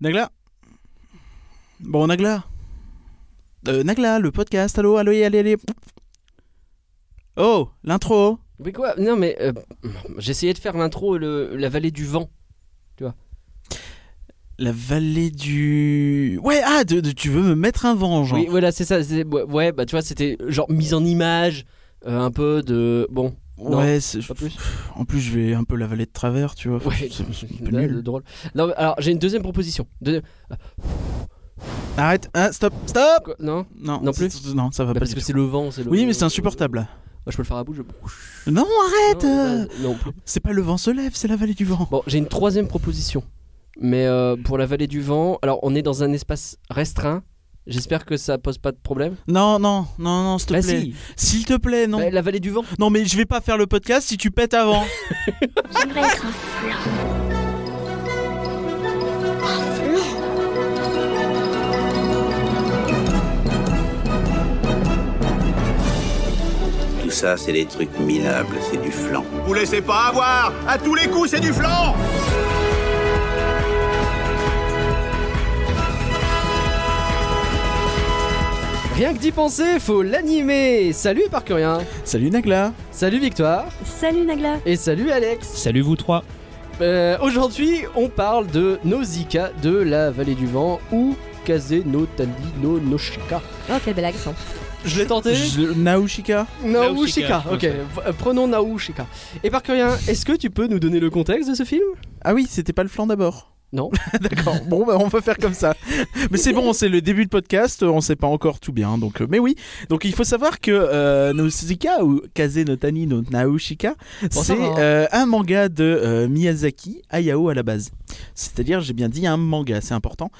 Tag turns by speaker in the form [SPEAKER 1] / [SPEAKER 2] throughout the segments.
[SPEAKER 1] Nagla Bon, Nagla euh, Nagla, le podcast, allô, allô, allez, allez. Oh, l'intro
[SPEAKER 2] Mais quoi Non, mais euh, j'essayais de faire l'intro, le- la vallée du vent.
[SPEAKER 1] La vallée du... Ouais, ah, de- de- tu veux me mettre un vent, genre
[SPEAKER 2] Oui, voilà, c'est ça. c'est- Ouais, ouais, bah tu vois, c'était genre mise en image, euh, un peu de. Bon, non,
[SPEAKER 1] Ouais, c'est-
[SPEAKER 2] pas plus.
[SPEAKER 1] en plus je vais un peu la vallée de travers, tu vois. Enfin,
[SPEAKER 2] Ouais,
[SPEAKER 1] c'est- c'est un peu
[SPEAKER 2] dalle,
[SPEAKER 1] nul.
[SPEAKER 2] drôle. Non, mais alors j'ai une deuxième proposition. Deuxième-
[SPEAKER 1] Arrête, ah, stop, stop
[SPEAKER 2] Quoi Non
[SPEAKER 1] Non,
[SPEAKER 2] Non
[SPEAKER 1] c'est- Non, ça va
[SPEAKER 2] Bah,
[SPEAKER 1] pas
[SPEAKER 2] Parce
[SPEAKER 1] du
[SPEAKER 2] que
[SPEAKER 1] tout.
[SPEAKER 2] c'est le vent, c'est le.
[SPEAKER 1] Oui, mais c'est insupportable.
[SPEAKER 2] Moi, je peux le faire à bout, je.
[SPEAKER 1] Non, arrête
[SPEAKER 2] Non,
[SPEAKER 1] euh,
[SPEAKER 2] bah, non plus.
[SPEAKER 1] C'est pas le vent se lève, c'est la vallée du vent.
[SPEAKER 2] Bon, j'ai une troisième proposition. Mais euh, pour la vallée du vent, alors on est dans un espace restreint. J'espère que ça pose pas de problème.
[SPEAKER 1] Non, non, non, non, s'il te
[SPEAKER 2] Bah
[SPEAKER 1] plaît.
[SPEAKER 2] si,
[SPEAKER 1] S'il te plaît, non.
[SPEAKER 2] bah, la vallée du vent.
[SPEAKER 1] Non, mais je vais pas faire le podcast si tu pètes avant.
[SPEAKER 3] J'aimerais être un flan. Un flan
[SPEAKER 4] Tout ça, c'est des trucs minables, c'est du flan.
[SPEAKER 5] Vous laissez pas avoir À tous les coups, c'est du flanc
[SPEAKER 2] Rien que d'y penser, faut l'animer. Salut Parcurien.
[SPEAKER 1] Salut Nagla.
[SPEAKER 2] Salut Victoire.
[SPEAKER 6] Salut Nagla
[SPEAKER 2] Et salut Alex.
[SPEAKER 7] Salut vous trois.
[SPEAKER 2] Euh, Aujourd'hui, on parle de Nausicaa de la vallée du vent ou Kaze no Tani no Noshika.
[SPEAKER 6] Oh quel bel accent
[SPEAKER 2] Je l'ai tenté.
[SPEAKER 1] Je- Naoshika.
[SPEAKER 2] Naoshika.
[SPEAKER 7] Naoshika,
[SPEAKER 2] Ok,
[SPEAKER 7] ok.
[SPEAKER 2] euh, prenons Naoshika. Et Parcurien, est-ce que tu peux nous donner le contexte de ce film
[SPEAKER 1] Ah oui, c'était pas le flanc d'abord.
[SPEAKER 2] Non.
[SPEAKER 1] D'accord. Bon, bah, on peut faire comme ça. Mais c'est bon, c'est le début de podcast. euh, On sait pas encore tout bien. Donc, euh, mais oui. Donc, il faut savoir que euh, Nausicaa ou Kaze no Tani no Naoshika,
[SPEAKER 2] ça
[SPEAKER 1] c'est
[SPEAKER 2] va.
[SPEAKER 1] euh, un manga de euh, Miyazaki Hayao à la base. C'est-à-dire, j'ai bien dit un manga, c'est important.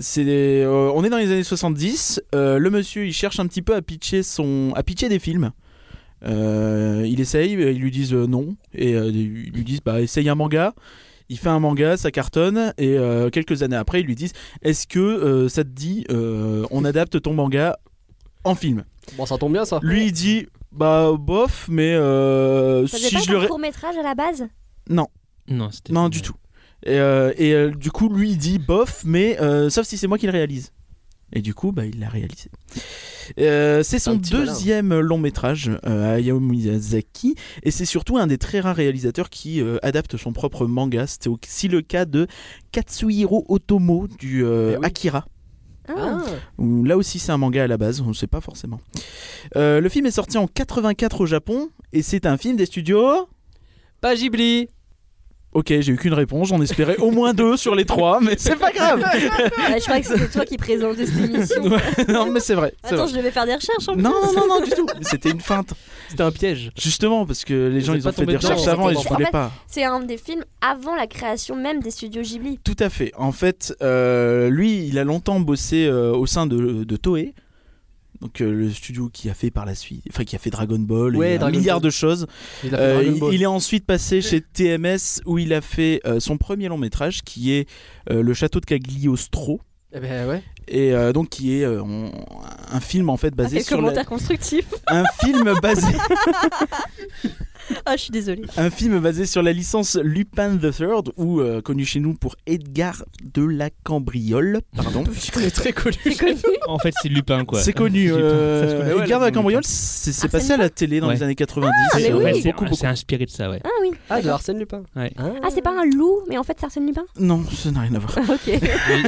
[SPEAKER 1] C'est, euh, on est dans les années 70. euh, le monsieur, il cherche un petit peu à pitcher son, à pitcher des films. Euh, il essaye, euh, ils lui disent euh, non, et euh, ils lui disent bah essaye un manga. Il fait un manga, ça cartonne, et euh, quelques années après, ils lui disent est-ce que euh, ça te dit euh, on adapte ton manga en film
[SPEAKER 2] Bon, ça tombe bien ça.
[SPEAKER 1] Lui, il dit bah bof, mais euh,
[SPEAKER 6] Ça devait
[SPEAKER 1] si
[SPEAKER 6] pas
[SPEAKER 1] je
[SPEAKER 6] être
[SPEAKER 1] le
[SPEAKER 6] un
[SPEAKER 1] ré-
[SPEAKER 6] court métrage à la base
[SPEAKER 7] Non, c'était
[SPEAKER 1] non, du tout. Et, euh, et, euh, du coup, lui, il dit bof, mais euh, sauf si c'est moi qui le réalise. Et du coup, bah, il l'a réalisé. Euh, c'est son
[SPEAKER 2] Un petit malin.
[SPEAKER 1] deuxième long métrage euh, à Hayao Miyazaki et c'est surtout un des très rares réalisateurs qui euh, adapte son propre manga. C'était aussi le cas de Katsuhiro Otomo du euh,
[SPEAKER 2] Eh oui.
[SPEAKER 1] Akira.
[SPEAKER 6] Ah.
[SPEAKER 2] Ah.
[SPEAKER 1] Où Là aussi, c'est un manga à la base, on ne sait pas forcément. Euh, le film est sorti en 84 au Japon et c'est un film des studios.
[SPEAKER 2] Pas Ghibli.
[SPEAKER 1] Ok, j'ai eu qu'une réponse, j'en espérais au moins deux sur les trois, mais c'est pas grave.
[SPEAKER 6] Ah, Je croyais que c'était toi qui présentais cette émission
[SPEAKER 1] non, mais c'est vrai. c'est
[SPEAKER 6] Attends
[SPEAKER 1] vrai.
[SPEAKER 6] je devais faire des recherches en
[SPEAKER 1] Non, non, non, non, du tout. C'était une feinte.
[SPEAKER 2] C'était un piège.
[SPEAKER 1] Justement, parce que les
[SPEAKER 2] Vous
[SPEAKER 1] gens,
[SPEAKER 2] êtes
[SPEAKER 1] ils
[SPEAKER 2] pas
[SPEAKER 1] ont fait
[SPEAKER 2] tombés
[SPEAKER 1] des
[SPEAKER 2] dedans,
[SPEAKER 1] recherches
[SPEAKER 2] hein.
[SPEAKER 1] avant et je
[SPEAKER 6] En
[SPEAKER 1] voulais
[SPEAKER 6] fait-
[SPEAKER 1] pas.
[SPEAKER 6] plus. C'est un des films avant la création même des studios Ghibli
[SPEAKER 1] Tout à fait. En fait, euh, lui, il a longtemps bossé euh, au sein de, de Toei. Donc euh, le studio qui a fait par la suite, enfin qui a fait Dragon Ball,
[SPEAKER 2] Ouais,
[SPEAKER 1] et un
[SPEAKER 2] Dragon
[SPEAKER 1] milliard
[SPEAKER 2] Ball.
[SPEAKER 1] de choses.
[SPEAKER 2] Il a fait
[SPEAKER 1] Euh,
[SPEAKER 2] Dragon
[SPEAKER 1] il-
[SPEAKER 2] Ball.
[SPEAKER 1] il est ensuite passé chez TMS où il a fait euh, son premier long métrage qui est euh, le château de Cagliostro.
[SPEAKER 2] Eh ben ouais.
[SPEAKER 1] et euh, donc qui est euh, on- un film en fait
[SPEAKER 6] Ah,
[SPEAKER 1] basé
[SPEAKER 6] Quel
[SPEAKER 1] sur la-
[SPEAKER 6] commentaire constructif
[SPEAKER 1] un film basé
[SPEAKER 6] Ah je suis désolée
[SPEAKER 1] un film basé sur la licence Lupin the Third ou euh, connu chez nous pour Edgar de la Cambriole pardon
[SPEAKER 2] C'est très connu.
[SPEAKER 6] C'est connu
[SPEAKER 7] En fait, c'est Lupin quoi.
[SPEAKER 1] c'est connu
[SPEAKER 7] Lupin,
[SPEAKER 1] euh,
[SPEAKER 7] ça se connaît.
[SPEAKER 1] Edgar de la Cambriole c'est c'est
[SPEAKER 6] Arsène
[SPEAKER 1] passé à la télé dans
[SPEAKER 7] Ouais. Ah,
[SPEAKER 1] les années 90
[SPEAKER 6] mais
[SPEAKER 7] C'est-
[SPEAKER 1] euh,
[SPEAKER 7] en fait,
[SPEAKER 6] oui.
[SPEAKER 7] c'est-
[SPEAKER 1] beaucoup,
[SPEAKER 7] C'est
[SPEAKER 1] beaucoup.
[SPEAKER 7] inspiré de ça, ouais.
[SPEAKER 6] Ah oui
[SPEAKER 2] Ah, de Arsène Lupin.
[SPEAKER 7] Ouais.
[SPEAKER 6] Ah c'est pas un loup mais en fait c'est Arsène Lupin
[SPEAKER 1] non ça n'a rien à voir
[SPEAKER 6] Ah, Ok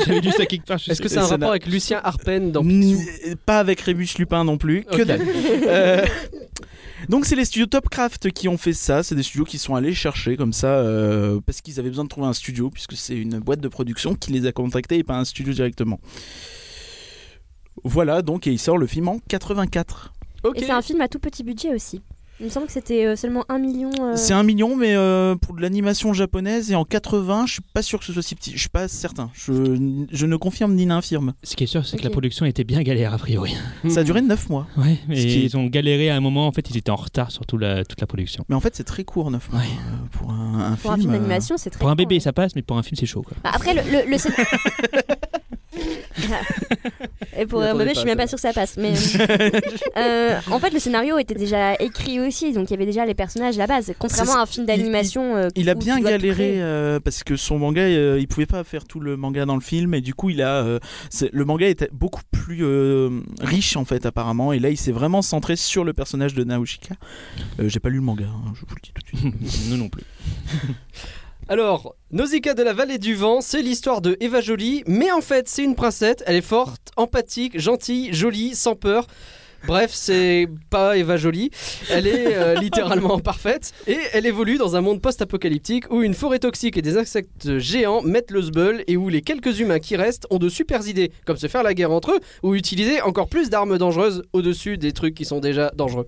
[SPEAKER 7] J'avais lu ça quelque part. je
[SPEAKER 2] Est-ce que
[SPEAKER 7] sais-
[SPEAKER 2] c'est un
[SPEAKER 1] Ça
[SPEAKER 2] rapport
[SPEAKER 1] n'a-
[SPEAKER 2] avec Lucien Harpen dans
[SPEAKER 1] N-
[SPEAKER 2] Picsou
[SPEAKER 1] Pas avec Rémus Lupin non plus, que
[SPEAKER 2] Ok.
[SPEAKER 1] dalle. Euh, donc c'est les studios Topcraft qui ont fait ça, c'est des studios qui sont allés chercher comme ça euh, parce qu'ils avaient besoin de trouver un studio puisque c'est une boîte de production qui les a contactés et pas un studio directement. Voilà donc et il sort le film en 84.
[SPEAKER 2] Ok.
[SPEAKER 6] Et c'est un film à tout petit budget aussi Il me semble que c'était euh, seulement 1 million euh,
[SPEAKER 1] C'est un million mais euh, pour de l'animation japonaise et en 80 je suis pas sûr que ce soit si petit, je suis pas certain, je, je ne confirme ni n'infirme.
[SPEAKER 7] Ce qui est sûr, c'est que la
[SPEAKER 6] Ok.
[SPEAKER 7] production était bien galère a priori.
[SPEAKER 2] Hmm.
[SPEAKER 1] Ça
[SPEAKER 6] Hmm.
[SPEAKER 1] a duré 9 mois
[SPEAKER 7] Ouais, mais
[SPEAKER 1] Ce qui est-
[SPEAKER 7] ils ont galéré à un moment. En fait, ils étaient en retard sur tout la- toute la production.
[SPEAKER 1] mais en fait c'est très court 9 mois
[SPEAKER 7] Ouais.
[SPEAKER 1] euh, pour un, un
[SPEAKER 6] Pour un film
[SPEAKER 1] euh,
[SPEAKER 6] d'animation c'est très
[SPEAKER 7] Pour un
[SPEAKER 6] grand,
[SPEAKER 7] bébé,
[SPEAKER 6] hein.
[SPEAKER 7] ça passe, mais pour un film, c'est chaud quoi.
[SPEAKER 6] Bah, Après le, le, le scén- Et pour
[SPEAKER 2] Vous
[SPEAKER 6] euh,
[SPEAKER 2] attendez
[SPEAKER 6] Bobet, je
[SPEAKER 2] pas,
[SPEAKER 6] suis même
[SPEAKER 2] ça
[SPEAKER 6] pas sûre que ça passe. Mais euh, en fait, le scénario était déjà écrit aussi, donc il y avait déjà les personnages à la base. Contrairement
[SPEAKER 1] ça.
[SPEAKER 6] à un film
[SPEAKER 1] Il-
[SPEAKER 6] d'animation, euh,
[SPEAKER 1] Il a
[SPEAKER 6] où tu
[SPEAKER 1] bien
[SPEAKER 6] dois tout
[SPEAKER 1] galéré
[SPEAKER 6] créer.
[SPEAKER 1] euh, parce que son manga, euh, il pouvait pas faire tout le manga dans le film et du coup, il a euh, c'est- le manga était beaucoup plus euh, riche en fait apparemment et là, il s'est vraiment centré sur le personnage de Naoshika. Euh, J'ai pas lu le manga, hein, je vous le dis tout de suite.
[SPEAKER 7] Nous non plus.
[SPEAKER 2] Alors, Nausicaa de la vallée du vent, c'est l'histoire de Eva Jolie, mais en fait, c'est une princesse. Elle est forte, empathique, gentille, jolie, sans peur. Bref, c'est pas Eva Jolie. Elle est euh, littéralement parfaite et elle évolue dans un monde post-apocalyptique où une forêt toxique et des insectes géants mettent le zbeul et où les quelques humains qui restent ont de super idées, comme se faire la guerre entre eux ou utiliser encore plus d'armes dangereuses au-dessus des trucs qui sont déjà dangereux.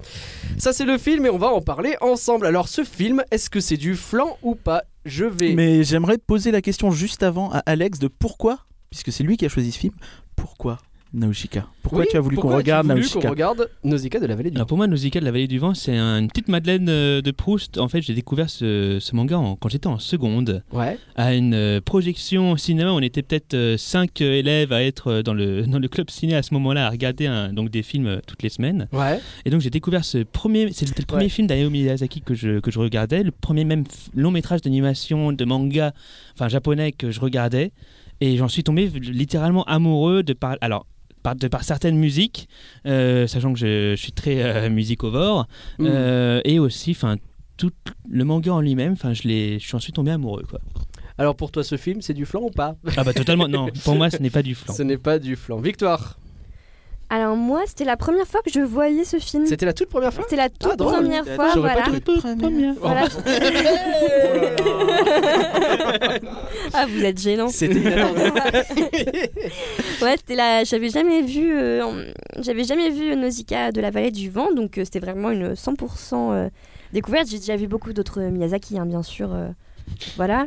[SPEAKER 2] Ça, c'est le film et on va en parler ensemble. Alors, ce film, est-ce que c'est du flan ou pas Je vais
[SPEAKER 1] Mais j'aimerais te poser la question juste avant à Alex de pourquoi, puisque c'est lui qui a choisi ce film, pourquoi Naoshika Pourquoi
[SPEAKER 2] Oui,
[SPEAKER 1] tu as voulu qu'on
[SPEAKER 2] pourquoi as-tu
[SPEAKER 1] regarde
[SPEAKER 2] voulu qu'on
[SPEAKER 1] Naoshika
[SPEAKER 2] regarde Nausicaa de la vallée du
[SPEAKER 7] Alors pour moi, Nausicaa de la vallée du vent, c'est un- une petite Madeleine euh, de Proust. En fait, j'ai découvert ce, ce manga en- quand j'étais en seconde.
[SPEAKER 2] Ouais.
[SPEAKER 7] à une euh, projection au cinéma. On était peut-être 5 élèves à être euh, dans le, dans le club ciné à ce moment-là, à regarder un- donc des films euh, toutes les semaines.
[SPEAKER 2] Ouais.
[SPEAKER 7] Et donc j'ai découvert ce premier, c'était le premier
[SPEAKER 2] Ouais.
[SPEAKER 7] film d'Hayao Miyazaki que je, que je regardais, le premier même f- long métrage d'animation, de manga, enfin japonais que je regardais. Et j'en suis tombé littéralement amoureux de par... Alors, par, de par certaines musiques, euh, sachant que je, je suis très euh, musicovore,
[SPEAKER 2] Mm.
[SPEAKER 7] euh, et aussi, enfin, tout le manga en lui-même, enfin, je l'ai- j'en suis tombé amoureux, quoi.
[SPEAKER 2] Alors pour toi, ce film, c'est du flan ou pas
[SPEAKER 7] Ah bah totalement, non, pour moi ce n'est pas du flan.
[SPEAKER 2] Ce n'est pas du flan. Victoire,
[SPEAKER 6] Alors, moi, c'était la première fois que je voyais ce film.
[SPEAKER 2] c'était la toute première fois
[SPEAKER 6] C'était la toute
[SPEAKER 1] Ah,
[SPEAKER 2] drôle.
[SPEAKER 6] première fois.
[SPEAKER 2] J'aurais pas
[SPEAKER 6] Voilà.
[SPEAKER 2] cru.
[SPEAKER 6] Voilà. ah, vous êtes gênant.
[SPEAKER 1] C'était
[SPEAKER 6] Ouais, c'était là. J'avais jamais vu, euh, en- j'avais jamais vu Nausicaa de la vallée du vent, donc euh, c'était vraiment une 100% euh, découverte. J'ai déjà vu beaucoup d'autres euh, Miyazaki, hein, bien sûr. euh, voilà.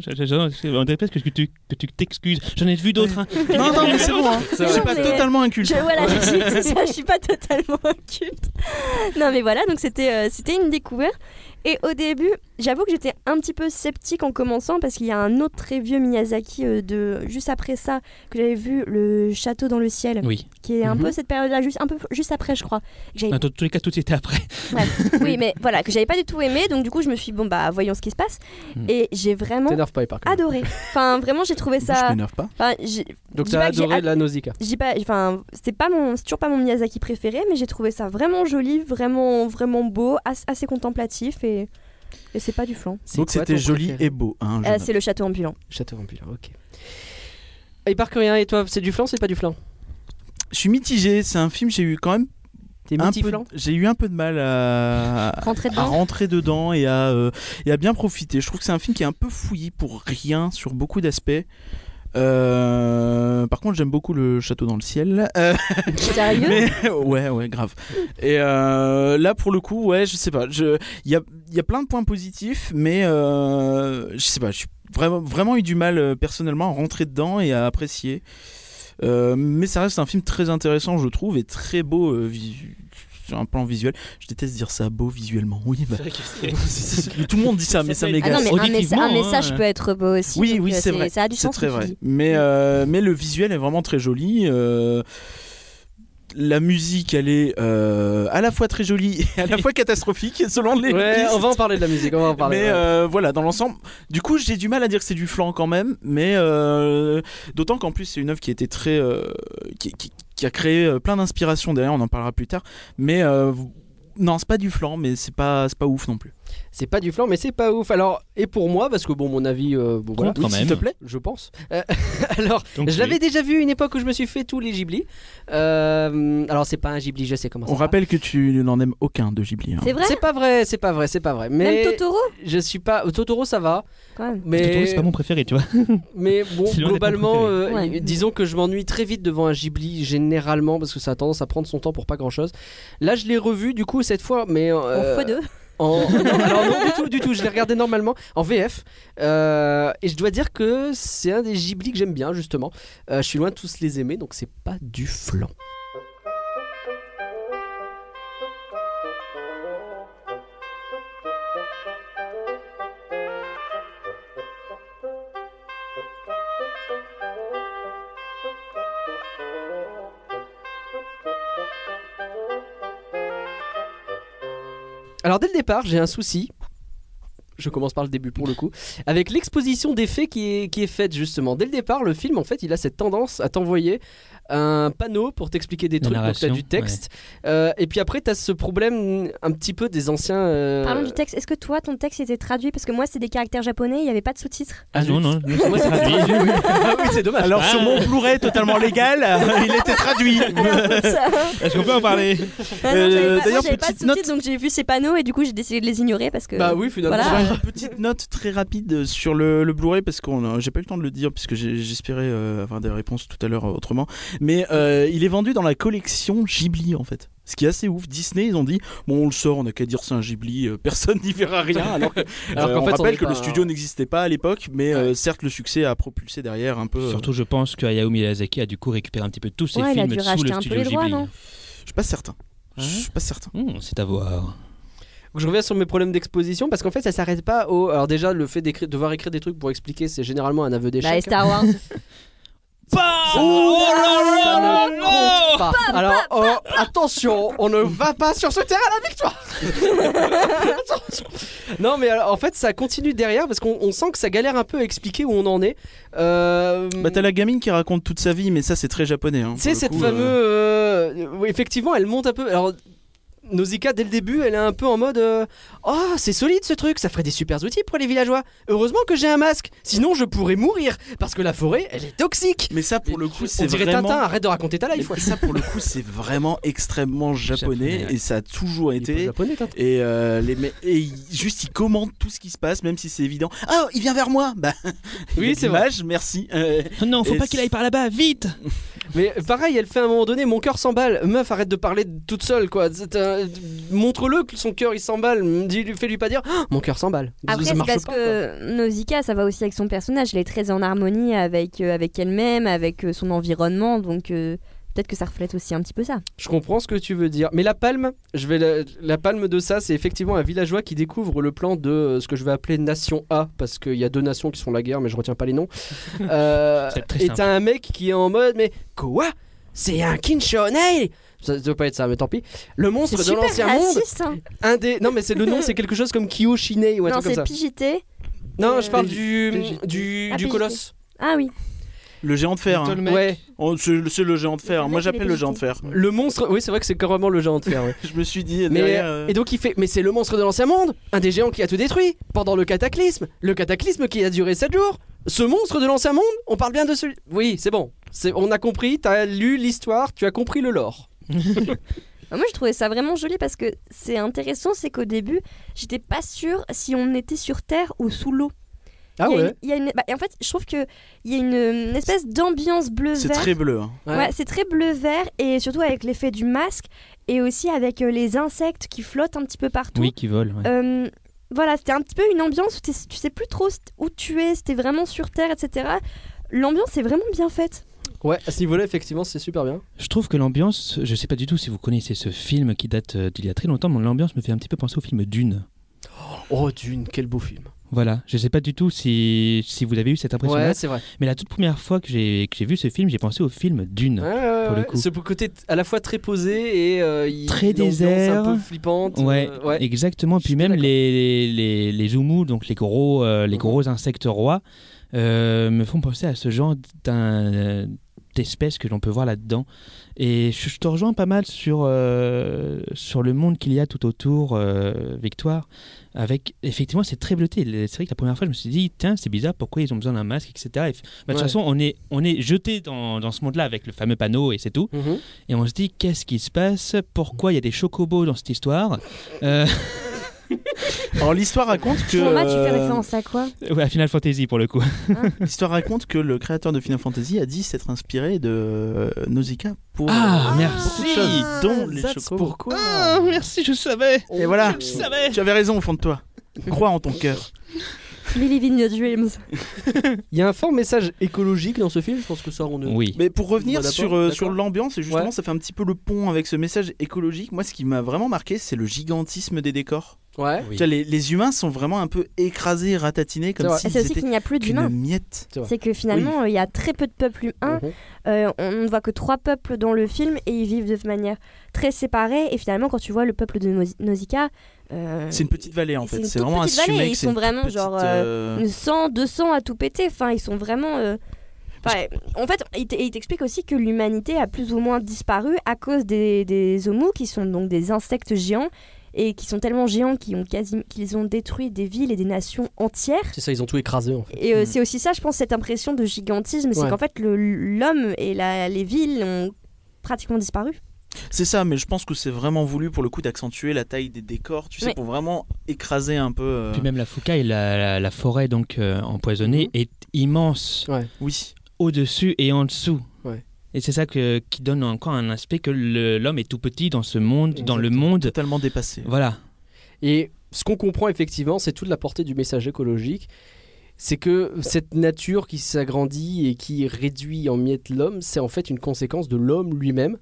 [SPEAKER 7] Je- je- je- On dirait presque que tu que tu t'excuses. J'en ai vu d'autres. hein.
[SPEAKER 1] Non, non, mais c'est bon, hein.
[SPEAKER 2] C'est
[SPEAKER 1] je suis
[SPEAKER 6] vrai.
[SPEAKER 1] pas totalement inculte.
[SPEAKER 6] Je, voilà, je suis, c'est ça, je suis pas totalement inculte. Non, mais voilà, donc c'était, euh, c'était une découverte. Et au début, j'avoue que j'étais un petit peu sceptique en commençant parce qu'il y a un autre très vieux Miyazaki euh, de juste après ça que j'avais vu, le château dans le ciel,
[SPEAKER 7] Oui.
[SPEAKER 6] qui est un
[SPEAKER 2] Mhm.
[SPEAKER 6] peu cette période-là, juste un peu juste après, je crois. que j'avais
[SPEAKER 7] Dans tous les cas, tout était après.
[SPEAKER 6] Oui, mais voilà, que j'avais pas du tout aimé, donc du coup je me suis dit, bon bah voyons ce qui se passe.
[SPEAKER 7] Mm.
[SPEAKER 1] Hmm.
[SPEAKER 6] Et j'ai vraiment
[SPEAKER 2] T'énerve pas, par contre.
[SPEAKER 6] adoré. Enfin, vraiment, j'ai trouvé
[SPEAKER 1] Je
[SPEAKER 6] ça.
[SPEAKER 1] m'énerve pas.
[SPEAKER 6] Enfin, j'ai-
[SPEAKER 2] Donc
[SPEAKER 6] Dis
[SPEAKER 2] t'as
[SPEAKER 6] pas que j'ai
[SPEAKER 2] adoré
[SPEAKER 6] ad-
[SPEAKER 2] la Nausicaa.
[SPEAKER 6] j'ai pas, enfin, c'est pas mon, c'est toujours pas mon Miyazaki préféré, mais j'ai trouvé ça vraiment joli, vraiment, vraiment beau, as- assez contemplatif et, et c'est pas du flan.
[SPEAKER 1] Donc
[SPEAKER 2] quoi
[SPEAKER 1] c'était
[SPEAKER 2] ton
[SPEAKER 1] joli
[SPEAKER 2] préféré
[SPEAKER 1] et beau. Hein,
[SPEAKER 6] Euh,
[SPEAKER 1] Jonathan.
[SPEAKER 6] c'est le château ambulant.
[SPEAKER 2] Château Vampire, ok. Et par rien et toi, c'est du flan, c'est pas du flan
[SPEAKER 1] Je suis mitigé, c'est un film, j'ai eu quand même
[SPEAKER 2] T'es
[SPEAKER 1] un
[SPEAKER 2] multi
[SPEAKER 1] peu,
[SPEAKER 2] flan
[SPEAKER 1] j'ai eu un peu de mal à,
[SPEAKER 6] Rentrez
[SPEAKER 1] à
[SPEAKER 6] dedans.
[SPEAKER 1] rentrer dedans et à, euh, et à bien profiter. Je trouve que c'est un film qui est un peu fouillis pour rien sur beaucoup d'aspects. Euh, par contre, j'aime beaucoup le château dans le ciel. Euh,
[SPEAKER 6] Sérieux
[SPEAKER 1] mais- ouais, ouais, grave. Et euh, là, pour le coup, ouais, je sais pas. Je, il y a, il y a plein de points positifs, mais euh, je sais pas. J'ai vraiment, vraiment eu du mal euh, personnellement à rentrer dedans et à apprécier. Euh, mais ça reste un film très intéressant, je trouve, et très beau euh, visu- sur un plan visuel. Je déteste dire ça beau visuellement. Oui, bah, tout le monde dit ça, mais ça
[SPEAKER 6] Ah
[SPEAKER 1] m'égale.
[SPEAKER 6] non, mais un, mes-
[SPEAKER 7] Auditivement,
[SPEAKER 6] un message
[SPEAKER 7] hein.
[SPEAKER 6] peut être beau aussi.
[SPEAKER 1] Oui,
[SPEAKER 6] donc,
[SPEAKER 1] oui,
[SPEAKER 6] euh,
[SPEAKER 1] c'est vrai.
[SPEAKER 6] Ça a du
[SPEAKER 1] C'est
[SPEAKER 6] sens. Mm. ce
[SPEAKER 1] très
[SPEAKER 6] que tu
[SPEAKER 1] vrai.
[SPEAKER 6] dis.
[SPEAKER 1] Mais, euh, mais le visuel est vraiment très joli. euh, la musique, elle est euh, à la fois très jolie et à la fois catastrophique, selon les.
[SPEAKER 2] Ouais,
[SPEAKER 1] listes.
[SPEAKER 2] on va en parler de la musique, on va en parler.
[SPEAKER 1] Mais
[SPEAKER 2] ouais.
[SPEAKER 1] euh, voilà, dans l'ensemble, du coup, j'ai du mal à dire que c'est du flan quand même, mais euh, d'autant qu'en plus, c'est une œuvre qui était très. euh, qui, qui- qui a créé euh, plein d'inspirations derrière, on en parlera plus tard. Mais euh, non, c'est pas du flan, mais c'est pas, c'est pas ouf non plus.
[SPEAKER 2] C'est pas du flan, mais c'est pas ouf. Alors, et pour moi, parce que bon, mon avis, euh, bon, voilà,
[SPEAKER 7] Contre, quand
[SPEAKER 1] s'il
[SPEAKER 7] même.
[SPEAKER 1] te plaît.
[SPEAKER 2] je pense. Euh, alors,
[SPEAKER 7] Donc,
[SPEAKER 2] je l'avais déjà vu une époque où je me suis fait tous les Ghibli. Euh, alors, c'est pas un Ghibli, je sais comment ça
[SPEAKER 1] On
[SPEAKER 2] va.
[SPEAKER 1] rappelle que tu n'en aimes aucun de Ghibli. hein.
[SPEAKER 6] C'est vrai.
[SPEAKER 2] C'est pas vrai, c'est pas vrai, c'est pas vrai. Mais
[SPEAKER 6] Même Totoro,
[SPEAKER 2] je suis pas euh, Totoro, ça va.
[SPEAKER 6] quand même.
[SPEAKER 7] Totoro,
[SPEAKER 2] Mais
[SPEAKER 7] c'est pas mon préféré, tu vois.
[SPEAKER 2] mais bon,
[SPEAKER 7] C'est loin d'être mon
[SPEAKER 2] globalement, euh,
[SPEAKER 6] préféré. Ouais.
[SPEAKER 2] disons que je m'ennuie très vite devant un Ghibli généralement parce que ça a tendance à prendre son temps pour pas grand chose. Là, je l'ai revu du coup cette fois, mais euh,
[SPEAKER 6] En fois deux.
[SPEAKER 2] en- non, alors non, du tout, du tout. Je l'ai regardé normalement en VF. euh, et je dois dire que c'est un des Ghibli que j'aime bien, justement. Euh, je suis loin de tous les aimer, donc c'est pas du flan. Alors dès le départ, j'ai un souci. Je commence par le début pour le coup. Avec l'exposition des faits qui est, qui est faite justement. Dès le départ, le film, en fait, il a cette tendance à t'envoyer un panneau pour t'expliquer des
[SPEAKER 7] La
[SPEAKER 2] trucs. Donc t'as
[SPEAKER 7] narration,
[SPEAKER 2] du texte. Euh, et puis après, t'as ce problème un petit peu des anciens... euh,
[SPEAKER 6] Parlons du texte. Est-ce que toi, ton texte était traduit Parce que moi, c'est des caractères japonais, il n'y avait pas de sous-titres.
[SPEAKER 7] Ah non, non, nous, c'est
[SPEAKER 2] Moi, c'est
[SPEAKER 7] traduit.
[SPEAKER 2] traduit. Ah oui, c'est dommage.
[SPEAKER 1] Alors sur mon Blu-ray totalement légal, euh, il était traduit.
[SPEAKER 6] Ça-
[SPEAKER 7] Est-ce qu'on peut en parler
[SPEAKER 2] Euh,
[SPEAKER 6] Ah non, j'avais
[SPEAKER 1] d'ailleurs,
[SPEAKER 6] pas- moi, j'avais pas de
[SPEAKER 1] petite note.
[SPEAKER 6] sous-titres, donc j'ai vu ces panneaux et du coup, j'ai décidé de les ignorer parce que.
[SPEAKER 2] Bah oui, finalement.
[SPEAKER 6] Voilà.
[SPEAKER 2] c'est vrai.
[SPEAKER 1] Une petite note très rapide sur le, le Blu-ray parce qu'on a- j'ai pas eu le temps de le dire puisque j'ai- j'espérais euh, avoir des réponses tout à l'heure euh, autrement. Mais euh, il est vendu dans la collection Ghibli en fait. Ce qui est assez ouf. Disney, ils ont dit bon, on le sort, on n'a qu'à dire c'est un Ghibli, euh, personne n'y verra rien. Alors, que-
[SPEAKER 2] Alors
[SPEAKER 1] euh,
[SPEAKER 2] qu'en
[SPEAKER 1] on
[SPEAKER 2] fait, on
[SPEAKER 1] rappelle
[SPEAKER 2] est
[SPEAKER 1] que
[SPEAKER 2] pas-
[SPEAKER 1] le studio n'existait pas à l'époque, mais euh, certes le succès a propulsé derrière un peu. euh,
[SPEAKER 7] Surtout, je pense que Hayao Miyazaki a du coup récupéré un petit peu tous ses
[SPEAKER 6] Ouais, il a
[SPEAKER 7] films
[SPEAKER 6] dû
[SPEAKER 7] sous
[SPEAKER 6] racheter
[SPEAKER 7] le
[SPEAKER 6] un peu
[SPEAKER 7] studio
[SPEAKER 6] les droits,
[SPEAKER 7] Ghibli.
[SPEAKER 6] non
[SPEAKER 1] euh, je suis pas certain. Je suis pas certain.
[SPEAKER 7] Hum, c'est à voir.
[SPEAKER 2] Je reviens sur mes problèmes d'exposition parce qu'en fait ça s'arrête pas au. Alors déjà le fait d'écrire, devoir écrire des trucs pour expliquer c'est généralement un aveu
[SPEAKER 6] Bah, et
[SPEAKER 2] d'échec.
[SPEAKER 6] Star Wars.
[SPEAKER 2] Ça- ça ne compte pas. Alors euh, attention, on ne va pas sur ce terrain la victoire. Attention. non mais alors, en fait ça continue derrière parce qu'on on sent que ça galère un peu à expliquer où on en est. Euh,
[SPEAKER 1] Bah t'as la gamine qui raconte toute sa vie, mais ça c'est très japonais. hein,
[SPEAKER 2] Tu
[SPEAKER 1] pour
[SPEAKER 2] sais,
[SPEAKER 1] le
[SPEAKER 2] cette
[SPEAKER 1] coup,
[SPEAKER 2] fameuse.
[SPEAKER 1] euh.
[SPEAKER 2] euh, oui, effectivement, elle monte un peu. Alors, Nausicaa, dès le début, elle est un peu en mode euh, Oh, c'est solide ce truc, ça ferait des super outils pour les villageois. Heureusement que j'ai un masque, sinon je pourrais mourir, parce que la forêt, elle est toxique.
[SPEAKER 1] Mais ça pour le coup
[SPEAKER 2] On
[SPEAKER 1] c'est
[SPEAKER 2] dirait
[SPEAKER 1] vraiment.
[SPEAKER 2] Tintin, arrête de raconter ta
[SPEAKER 1] Mais
[SPEAKER 2] life.
[SPEAKER 1] ça pour le coup c'est vraiment extrêmement japonais,
[SPEAKER 7] Japonais, ouais.
[SPEAKER 1] et ça a toujours été.
[SPEAKER 2] japonais, Tintin.
[SPEAKER 1] Et, euh, les me- et il- juste, il commande tout ce qui se passe, même si c'est évident. Ah, il vient vers moi Bah, il y a
[SPEAKER 2] Oui,
[SPEAKER 1] de
[SPEAKER 2] c'est vrai.
[SPEAKER 1] l'image, merci. Euh,
[SPEAKER 7] Non, faut
[SPEAKER 1] Et
[SPEAKER 7] pas qu'il
[SPEAKER 1] c'est-
[SPEAKER 7] aille par là-bas, vite
[SPEAKER 2] Mais pareil, elle fait à un moment donné Mon cœur s'emballe. Meuf, arrête de parler toute seule, quoi. C'est un- Montre-le que son cœur il s'emballe. Dis- Fais-lui pas dire Ah, Mon cœur s'emballe. Ça-
[SPEAKER 6] Après,
[SPEAKER 2] ça
[SPEAKER 6] c'est
[SPEAKER 2] marche
[SPEAKER 6] parce
[SPEAKER 2] pas, quoi.
[SPEAKER 6] que Nausicaa, ça va aussi avec son personnage. Elle est très en harmonie avec, euh, avec elle-même, avec euh, son environnement. Donc, euh, peut-être que ça reflète aussi un petit peu ça.
[SPEAKER 2] Je comprends ce que tu veux dire. Mais la palme, je vais la, la palme de ça, c'est effectivement un villageois qui découvre le plan de euh, ce que je vais appeler Nation A, parce qu'il y a deux nations qui sont la guerre, mais je retiens pas les noms. Euh,
[SPEAKER 7] C'est très
[SPEAKER 2] et
[SPEAKER 7] simple.
[SPEAKER 2] t'as un mec qui est en mode, mais quoi C'est un Kinshonei Ça doit pas être ça, mais tant pis. Le
[SPEAKER 6] C'est
[SPEAKER 2] monstre de
[SPEAKER 6] super
[SPEAKER 2] l'ancien monde,
[SPEAKER 6] raciste. hein.
[SPEAKER 2] un des. Non, mais c'est le nom, c'est quelque chose comme Kyoshinei ou un
[SPEAKER 6] Non,
[SPEAKER 2] truc comme
[SPEAKER 6] c'est
[SPEAKER 2] ça.
[SPEAKER 6] Pigité.
[SPEAKER 2] Non, je parle
[SPEAKER 1] P-
[SPEAKER 2] du
[SPEAKER 1] P-
[SPEAKER 2] du,
[SPEAKER 6] Ah,
[SPEAKER 2] du
[SPEAKER 6] P-
[SPEAKER 2] colosse.
[SPEAKER 6] Ah oui.
[SPEAKER 1] le géant de fer. hein.
[SPEAKER 7] Little Mac.
[SPEAKER 2] Ouais,
[SPEAKER 1] Oh, C'est c'est le géant de fer.
[SPEAKER 6] Le
[SPEAKER 1] Moi,
[SPEAKER 6] mec, il est
[SPEAKER 1] j'appelle le géant de
[SPEAKER 6] dégoûté.
[SPEAKER 1] fer.
[SPEAKER 2] le monstre. Oui, c'est vrai que c'est carrément le géant de fer. ouais.
[SPEAKER 1] Je me suis dit,
[SPEAKER 2] Mais,
[SPEAKER 1] derrière, euh,
[SPEAKER 2] Et donc il fait, mais c'est le monstre de l'ancien monde, un des géants qui a tout détruit pendant le cataclysme, le cataclysme qui a duré 7 jours. Ce monstre de l'ancien monde, on parle bien de celui. Oui, c'est bon, c'est, on a compris, t'as lu l'histoire, tu as compris le lore.
[SPEAKER 6] Bah, Moi, je trouvais ça vraiment joli parce que c'est intéressant, c'est qu'au début, j'étais pas sûre si on était sur Terre ou sous l'eau.
[SPEAKER 2] Ah
[SPEAKER 6] Il y a
[SPEAKER 2] ouais.
[SPEAKER 6] une- il y a une- bah, et en fait, je trouve que il y a une, une espèce d'ambiance bleu
[SPEAKER 1] c'est
[SPEAKER 6] vert.
[SPEAKER 1] très bleu. hein.
[SPEAKER 2] Ouais.
[SPEAKER 6] Ouais, c'est très bleu vert et surtout avec l'effet du masque et aussi avec euh, les insectes qui flottent un petit peu partout.
[SPEAKER 7] Oui, qui vole. ouais.
[SPEAKER 6] Euh, voilà, c'était un petit peu une ambiance où t'es- tu sais plus trop c't- où tu es, c'était vraiment sur Terre, etc. L'ambiance est vraiment bien faite.
[SPEAKER 2] ouais, à ce niveau-là, effectivement, c'est super bien.
[SPEAKER 7] Je trouve que l'ambiance, je sais pas du tout si vous connaissez ce film qui date euh, d'il y a très longtemps, mais l'ambiance me fait un petit peu penser au film Dune.
[SPEAKER 2] Oh Dune, quel beau film.
[SPEAKER 7] Voilà, je sais pas du tout si, si vous avez eu cette impression-là,
[SPEAKER 2] Ouais, c'est vrai.
[SPEAKER 7] mais la toute première fois que j'ai que j'ai vu ce film, j'ai pensé au film Dune.
[SPEAKER 2] Ouais, ouais,
[SPEAKER 7] Pour le
[SPEAKER 2] ouais.
[SPEAKER 7] coup.
[SPEAKER 2] Ce côté t- à la fois très posé et euh, il-
[SPEAKER 7] Très
[SPEAKER 2] une ambiance
[SPEAKER 7] désert.
[SPEAKER 2] un peu flippante.
[SPEAKER 7] Ouais,
[SPEAKER 2] euh, ouais.
[SPEAKER 7] exactement.
[SPEAKER 2] Je
[SPEAKER 7] Puis
[SPEAKER 2] suis
[SPEAKER 7] même
[SPEAKER 2] d'accord.
[SPEAKER 7] les, les, les, les zoomous, donc les gros, euh, les
[SPEAKER 2] Mhm.
[SPEAKER 7] gros insectes rois, euh, me font penser à ce genre d'un, euh, d'espèces que l'on peut voir là-dedans. Et je, je te rejoins pas mal sur, euh, sur le monde qu'il y a tout autour, euh, Victoire. Avec, effectivement, c'est très bleuté. Le- C'est vrai que la première fois, je me suis dit, tiens, c'est bizarre, pourquoi ils ont besoin d'un masque, etc. Et f- bah, de
[SPEAKER 2] Ouais.
[SPEAKER 7] toute façon, on est, on est jeté dans, dans ce monde-là avec le fameux panneau et c'est tout.
[SPEAKER 2] Mhm.
[SPEAKER 7] Et on se dit, qu'est-ce qui se passe Pourquoi il y a des chocobos dans cette histoire Euh,
[SPEAKER 1] Alors, l'histoire raconte que.
[SPEAKER 6] Pour moi, tu fais
[SPEAKER 1] euh,
[SPEAKER 6] référence à quoi
[SPEAKER 7] Ouais, à Final Fantasy pour le coup.
[SPEAKER 1] L'histoire raconte que le créateur de Final Fantasy a dit s'être inspiré de euh, Nausicaa pour.
[SPEAKER 7] Ah,
[SPEAKER 1] beaucoup de
[SPEAKER 7] merci.
[SPEAKER 1] choses, dont les
[SPEAKER 2] That's
[SPEAKER 1] chocobos.
[SPEAKER 2] pourquoi
[SPEAKER 7] merci, je savais.
[SPEAKER 1] Et voilà,
[SPEAKER 2] Oh.
[SPEAKER 7] savais.
[SPEAKER 1] tu avais raison au fond de toi. Crois en ton cœur.
[SPEAKER 6] Believe in your dreams.
[SPEAKER 2] Il y a un fort message écologique dans ce film, je pense que ça on ne
[SPEAKER 7] Oui.
[SPEAKER 1] Mais pour revenir
[SPEAKER 2] Bah, d'accord,
[SPEAKER 1] sur, euh,
[SPEAKER 2] d'accord.
[SPEAKER 1] sur l'ambiance, et justement,
[SPEAKER 2] Ouais.
[SPEAKER 1] ça fait un petit peu le pont avec ce message écologique. Moi, ce qui m'a vraiment marqué, c'est le gigantisme des décors.
[SPEAKER 2] Ouais.
[SPEAKER 1] Tu
[SPEAKER 7] Oui.
[SPEAKER 1] vois, les, les humains sont vraiment un peu écrasés, ratatinés, comme
[SPEAKER 2] vrai.
[SPEAKER 6] Et
[SPEAKER 1] s'ils
[SPEAKER 6] c'est aussi
[SPEAKER 1] étaient
[SPEAKER 6] qu'il n'y a plus
[SPEAKER 1] qu'une
[SPEAKER 6] d'humains.
[SPEAKER 1] miette.
[SPEAKER 2] Ouais.
[SPEAKER 6] C'est que finalement, euh, il y a très peu de peuples humains.
[SPEAKER 2] Mhm.
[SPEAKER 6] Euh, on ne voit que trois peuples dans le film et ils vivent de manière très séparée. Et finalement, quand tu vois le peuple de Nau- Nausicaa, euh,
[SPEAKER 1] C'est une petite vallée en
[SPEAKER 6] c'est
[SPEAKER 1] fait.
[SPEAKER 6] une
[SPEAKER 1] C'est
[SPEAKER 6] toute
[SPEAKER 1] vraiment
[SPEAKER 6] petite vallée,
[SPEAKER 1] assumé
[SPEAKER 6] et
[SPEAKER 1] que
[SPEAKER 6] ils
[SPEAKER 1] c'est
[SPEAKER 6] sont
[SPEAKER 1] une toute
[SPEAKER 6] vraiment,
[SPEAKER 1] petite,
[SPEAKER 6] genre,
[SPEAKER 1] euh,
[SPEAKER 6] 100, 200 à tout péter. Enfin, ils sont vraiment. euh, enfin, en fait, il t- et il t'explique aussi que l'humanité a plus ou moins disparu à cause des, des homos, qui sont donc des insectes géants, et qui sont tellement géants qu'ils ont, quasi- qu'ils ont détruit des villes et des nations entières.
[SPEAKER 2] C'est ça, ils ont tout écrasé en fait.
[SPEAKER 6] Et euh,
[SPEAKER 1] Mm.
[SPEAKER 6] c'est aussi ça, je pense, cette impression de gigantisme, c'est
[SPEAKER 2] Ouais.
[SPEAKER 6] qu'en fait, le- l'homme et la- les villes ont pratiquement disparu.
[SPEAKER 1] C'est ça, mais je pense que c'est vraiment voulu pour le coup d'accentuer la taille des décors, tu sais,
[SPEAKER 6] Ouais.
[SPEAKER 1] pour vraiment écraser un peu. euh,
[SPEAKER 7] Puis même la Foucaille, la, la- la forêt donc euh, empoisonnée est immense
[SPEAKER 1] Oui.
[SPEAKER 7] au-dessus et en dessous.
[SPEAKER 2] Ouais.
[SPEAKER 7] Et c'est ça que, qui donne encore un aspect que le- l'homme est tout petit dans ce monde, dans le
[SPEAKER 2] Exactement.
[SPEAKER 7] monde.
[SPEAKER 1] Totalement dépassé.
[SPEAKER 7] Voilà.
[SPEAKER 2] Et ce qu'on comprend effectivement, c'est toute la portée du message écologique. C'est que cette nature qui s'agrandit et qui réduit en miettes l'homme, c'est en fait une conséquence de l'homme lui-même.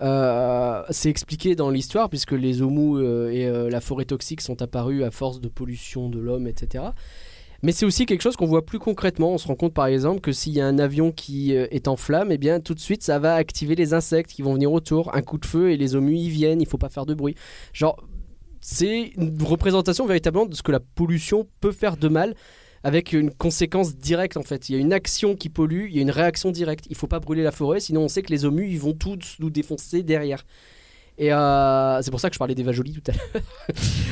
[SPEAKER 2] Euh, c'est expliqué dans l'histoire puisque les homos euh, et euh, la forêt toxique sont apparus à force de pollution de l'homme, etc. Mais c'est aussi quelque chose qu'on voit plus concrètement. On se rend compte par exemple que s'il y a un avion qui euh, est en flamme, eh bien tout de suite ça va activer les insectes qui vont venir autour. Un coup de feu et les homus y viennent, il faut pas faire de bruit. Genre, c'est une représentation véritablement de ce que la pollution peut faire de mal avec une conséquence directe en fait. Il y a une action qui pollue, il y a une réaction directe. Il faut pas brûler la forêt, sinon on sait que les homus ils vont tout nous défoncer derrière. Et euh, c'est pour ça que je parlais des Vajolis tout à l'heure.